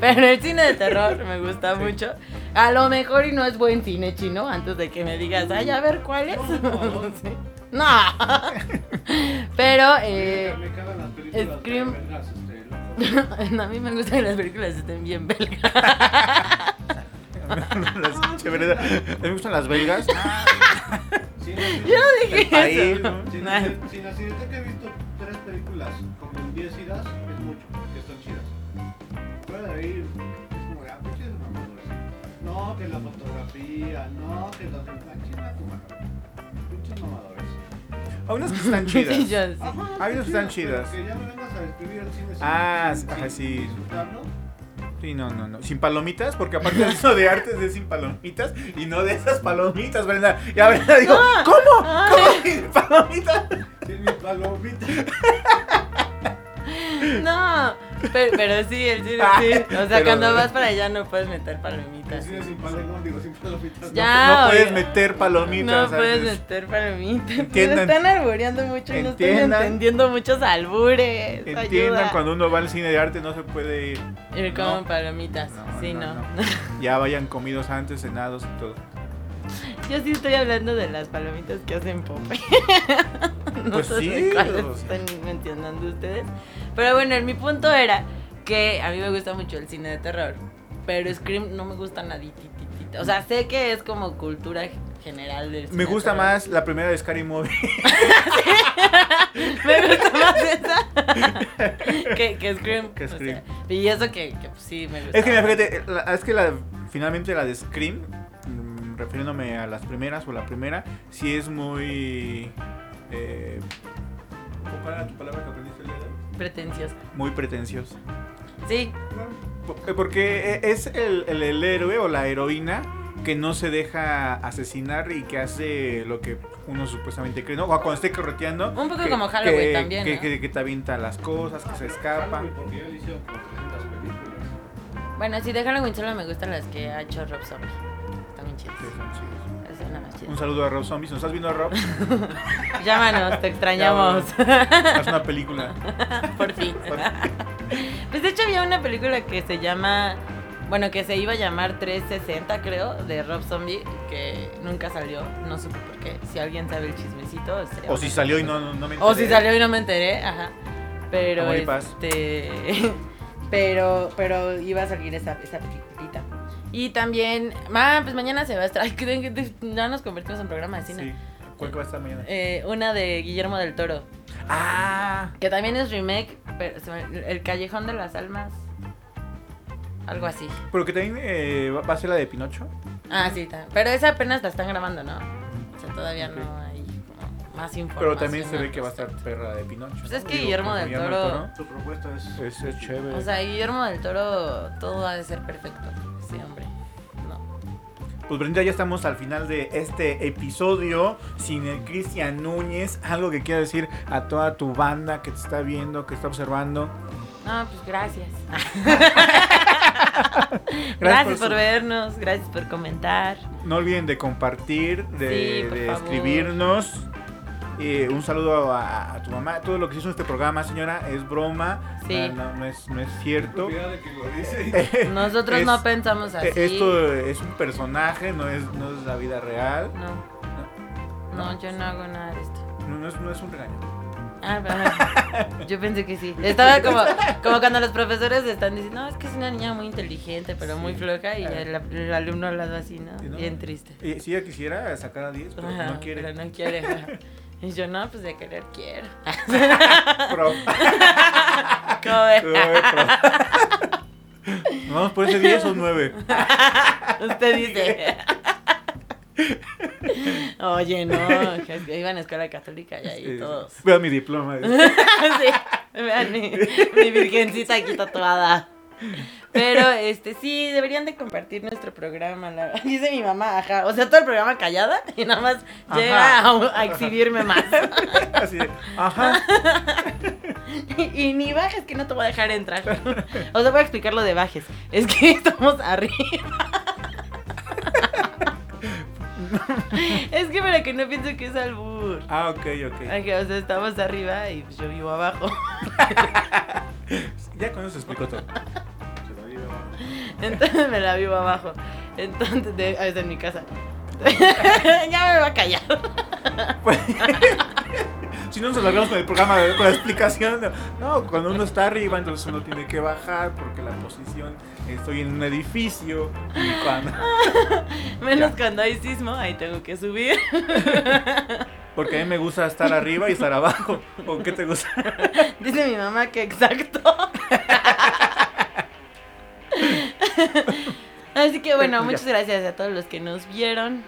Speaker 1: Pero el cine de terror me gusta mucho. A lo mejor y no es buen cine chino antes de que me digas, ay, a ver cuál es. Sí. No. Pero eh,
Speaker 3: Me cagan las películas.
Speaker 1: Scream.
Speaker 3: de vergas, este, loco.
Speaker 1: a mí me gusta que las películas estén bien belgas.
Speaker 2: Las chéveres. A mí me gustan las belgas.
Speaker 3: Sí, no, sí.
Speaker 2: Ahí, ¿no?
Speaker 3: Sin
Speaker 1: Nah.
Speaker 3: acid- sin accidente que he visto tres películas con 10 idas es mucho, que están chidas. Fuera de ahí, es como, ah, pinches mamadores. No, que la fotografía, no, que la ah, chinga tu madre. Pinches mamadores.
Speaker 2: Hay unas que están
Speaker 1: Sí,
Speaker 2: chidas.
Speaker 1: yo sí.
Speaker 3: Ajá,
Speaker 2: Hay unas que Ah, están chidas.
Speaker 3: pero Que ya me vengas a describir el cine. sin-
Speaker 2: Ah,
Speaker 3: sin-
Speaker 2: ajá,
Speaker 3: sin
Speaker 2: sí.
Speaker 3: Disfrutarlo.
Speaker 2: Sí, no, no, no. Sin palomitas, porque aparte de eso de artes es sin palomitas y no de esas palomitas, Brenda. Y a Brenda digo, ¿cómo? ¿Cómo? sin ¿Palomitas?
Speaker 3: Sin mis palomitas.
Speaker 1: No, pero, pero sí, el cine sí. O sea,
Speaker 2: Pero-
Speaker 1: cuando vas para allá no puedes meter
Speaker 3: El
Speaker 1: palomitas.
Speaker 3: cine sin palomitas, digo, sin palomitas.
Speaker 1: Ya.
Speaker 2: no,
Speaker 1: Ah,
Speaker 2: puedes
Speaker 1: oye.
Speaker 2: meter palomitas.
Speaker 1: No puedes
Speaker 2: ¿sabes?
Speaker 1: meter palomitas.
Speaker 2: Entiendan.
Speaker 1: Me están albureando mucho y no estoy
Speaker 2: Entiendan.
Speaker 1: entendiendo muchos albures.
Speaker 2: Entiendan,
Speaker 1: Ayuda.
Speaker 2: cuando uno va al cine de arte no se puede ir.
Speaker 1: Ir como
Speaker 2: No.
Speaker 1: palomitas.
Speaker 2: No,
Speaker 1: sí,
Speaker 2: no,
Speaker 1: no.
Speaker 2: Ya vayan comidos antes, cenados y todo.
Speaker 1: Yo sí estoy hablando de las palomitas que hacen Pope. no
Speaker 2: Pues
Speaker 1: sé
Speaker 2: sí,
Speaker 1: de cuáles
Speaker 2: o sea.
Speaker 1: están mencionando ustedes. Pero bueno, mi punto era que a mí me gusta mucho el cine de terror. Pero Scream no me gusta naditititita. O sea, sé que es como cultura general del cine
Speaker 2: Me
Speaker 1: de
Speaker 2: gusta
Speaker 1: terror.
Speaker 2: más la primera de Scary Movie.
Speaker 1: Me gusta más esa que, que Scream.
Speaker 2: Que
Speaker 1: o sea,
Speaker 2: Scream.
Speaker 1: y eso que, que, pues, sí me gusta.
Speaker 2: Es que, mira, fíjate, la- es que la, finalmente la de Scream, mm, refiriéndome a las primeras o la primera, sí es muy. eh, ¿Cuál era tu palabra que aprendiste el día de hoy?
Speaker 1: Pretenciosa.
Speaker 2: Muy pretenciosa.
Speaker 1: Sí,
Speaker 2: Por- Porque e- es el, el- el héroe o la heroína que no se deja asesinar y que hace lo que uno supuestamente cree, ¿no? O cuando esté correteando.
Speaker 1: Un poco
Speaker 2: que-
Speaker 1: como Halloween
Speaker 2: que-
Speaker 1: también,
Speaker 2: Que,
Speaker 1: ¿no?
Speaker 2: que- que te avienta las cosas, que se escapa.
Speaker 3: Halloween, Porque ya lo hicieron con 300 películas.
Speaker 1: bueno, sí, de Halloween solo me gustan las que ha hecho Rob Zombie. También chidas.
Speaker 2: Sí, son chidos.
Speaker 1: Esa es la más chida.
Speaker 2: Un saludo a Rob Zombies. ¿Nos estás viendo a Rob?
Speaker 1: Llámanos, te extrañamos.
Speaker 2: Haz una película.
Speaker 1: Por fin. Pues de hecho había una película que se llama. Bueno, que se iba a llamar 360, creo, de Rob Zombie, que nunca salió. No supe por qué. Si alguien sabe el chismecito, sería
Speaker 2: O si salió y no, no, no me
Speaker 1: O si
Speaker 2: enteré.
Speaker 1: salió y no me enteré, ajá. Pero
Speaker 2: Amor y paz.
Speaker 1: este Pero, pero iba a salir esa, esa peliculita. Y también, ma, pues mañana se va a estar. Ay, creen que te- ya nos convertimos en programa de cine.
Speaker 2: Sí. ¿Cuál que va a estar mañana?
Speaker 1: Eh, una de Guillermo del Toro,
Speaker 2: Ah,
Speaker 1: que también es remake, pero se me- El Callejón de las Almas. Algo así.
Speaker 2: pero que también eh, va va a ser la de Pinocho.
Speaker 1: Ah, sí, ta- pero esa apenas la están grabando, ¿no? O sea, todavía no hay como más información.
Speaker 2: Pero también se ve
Speaker 1: al
Speaker 2: que va a estar
Speaker 1: respecto.
Speaker 2: perra de Pinocho.
Speaker 1: Pues es que
Speaker 2: Digo,
Speaker 1: Guillermo
Speaker 2: como
Speaker 1: del Toro-
Speaker 3: Tu propuesta es.
Speaker 2: Es, es chévere.
Speaker 1: O sea, Guillermo del Toro, todo ha de ser perfecto. Sí, hombre. No.
Speaker 2: Pues Brenda, ya estamos al final de este episodio sin el Cristian Núñez. Algo que quiero decir a toda tu banda que te está viendo, que está observando.
Speaker 1: No, pues gracias. gracias por,
Speaker 2: por su-
Speaker 1: vernos, gracias por comentar.
Speaker 2: No olviden de compartir, de,
Speaker 1: Sí, por
Speaker 2: de
Speaker 1: favor.
Speaker 2: escribirnos. Eh, un saludo a, a tu mamá. Todo lo que se hizo en este programa, señora, es broma.
Speaker 1: Sí.
Speaker 2: No, no- no es, no es cierto.
Speaker 3: Cuidado de que lo dice.
Speaker 1: Nosotros
Speaker 2: Es-
Speaker 1: no pensamos así.
Speaker 2: Eh, Esto es un personaje, no es, no es la vida real.
Speaker 1: No. No, yo no hago nada de esto.
Speaker 2: No, no es, no es un regaño.
Speaker 1: Ah, perdón. Yo pensé que sí. Estaba como, como cuando los profesores están diciendo, no, es que es una niña muy inteligente, pero muy
Speaker 2: Sí. Ah.
Speaker 1: floja, y el, el alumno al lado así, ¿no?
Speaker 2: Sí, ¿no?
Speaker 1: Bien triste.
Speaker 2: Eh, si ella quisiera sacar a 10, pero
Speaker 1: Ajá,
Speaker 2: no quiere.
Speaker 1: Pero no quiere. Y yo, no, pues de querer quiero.
Speaker 2: Pro.
Speaker 1: ¿Cómo ves?
Speaker 2: Nos Vamos por ese 10 o 9.
Speaker 1: Usted dice. Oye, no, que iba en escuela católica y ahí todos.
Speaker 2: Veo Este, mi diploma.
Speaker 1: sí, vean mi, mi virgencita aquí tatuada. Pero, este, sí, deberían de compartir nuestro programa, la- dice mi mamá, ajá, o sea, todo el programa callada y nada más
Speaker 2: Ajá.
Speaker 1: llega a, a exhibirme más.
Speaker 2: Así de, ajá.
Speaker 1: Y, y ni bajes, que no te voy a dejar entrar. O sea, voy a explicar lo de bajes, es que estamos arriba. Es que para que no pienso que es albur.
Speaker 2: Ah, ok, ok.
Speaker 1: Ajá, o sea, estamos arriba y pues, yo vivo abajo.
Speaker 2: Ya con eso se explicó todo.
Speaker 3: Se lo lleva abajo.
Speaker 1: Entonces me la vivo abajo. Entonces, de, ah, es en mi casa. ya me va a callar.
Speaker 2: Pues, si no nos alargamos con el programa, con la explicación. No, cuando uno está arriba, entonces uno tiene que bajar porque la posición, estoy en un edificio y cuando...
Speaker 1: Menos cuando hay sismo, ahí tengo que subir.
Speaker 2: Porque a mí me gusta estar arriba y estar abajo. ¿O qué te gusta?
Speaker 1: Dice mi mamá que exacto. Así que bueno,
Speaker 2: Ya.
Speaker 1: muchas gracias a todos los que nos vieron.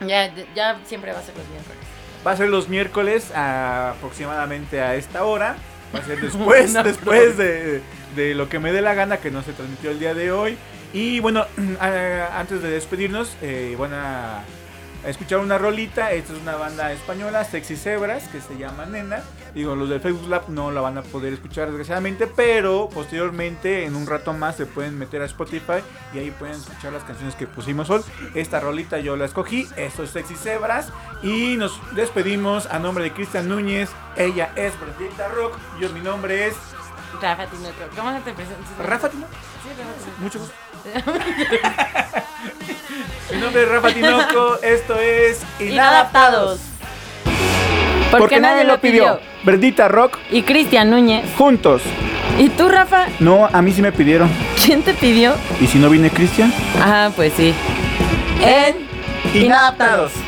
Speaker 1: Ya, ya siempre va a ser los miércoles.
Speaker 2: Va a ser los miércoles a- aproximadamente a esta hora. Va a ser después,
Speaker 1: No,
Speaker 2: después de, de lo que me dé la gana que no se transmitió el día de hoy. Y bueno, a- antes de despedirnos, eh, van a a escuchar una rolita. Esta es una banda española, Sexy Zebras, que se llama Nena. Digo, los del Facebook Lab no la van a poder escuchar desgraciadamente, pero posteriormente, en un rato más, se pueden meter a Spotify y ahí pueden escuchar las canciones que pusimos hoy. Esta rolita yo la escogí, esto es Sexy Zebras. Y nos despedimos a nombre de Cristian Núñez. Ella es Brendita Rock. Yo, mi nombre es
Speaker 1: Rafa Tinoco, ¿cómo te presentas?
Speaker 2: Rafa Tinoco.
Speaker 1: Sí, Rafa
Speaker 2: Mucho gusto. Mi nombre es Rafa Tinoco. Esto es
Speaker 1: Tinoco. Inadaptados. Porque nadie lo pidió.
Speaker 2: Brendita Rock,
Speaker 1: Y Cristian Núñez.
Speaker 2: juntos.
Speaker 1: ¿Y tú, Rafa?
Speaker 2: No, a mí sí me pidieron.
Speaker 1: ¿Quién te pidió?
Speaker 2: ¿Y si no viene Cristian?
Speaker 1: Ah, pues sí. En
Speaker 2: Inadaptados.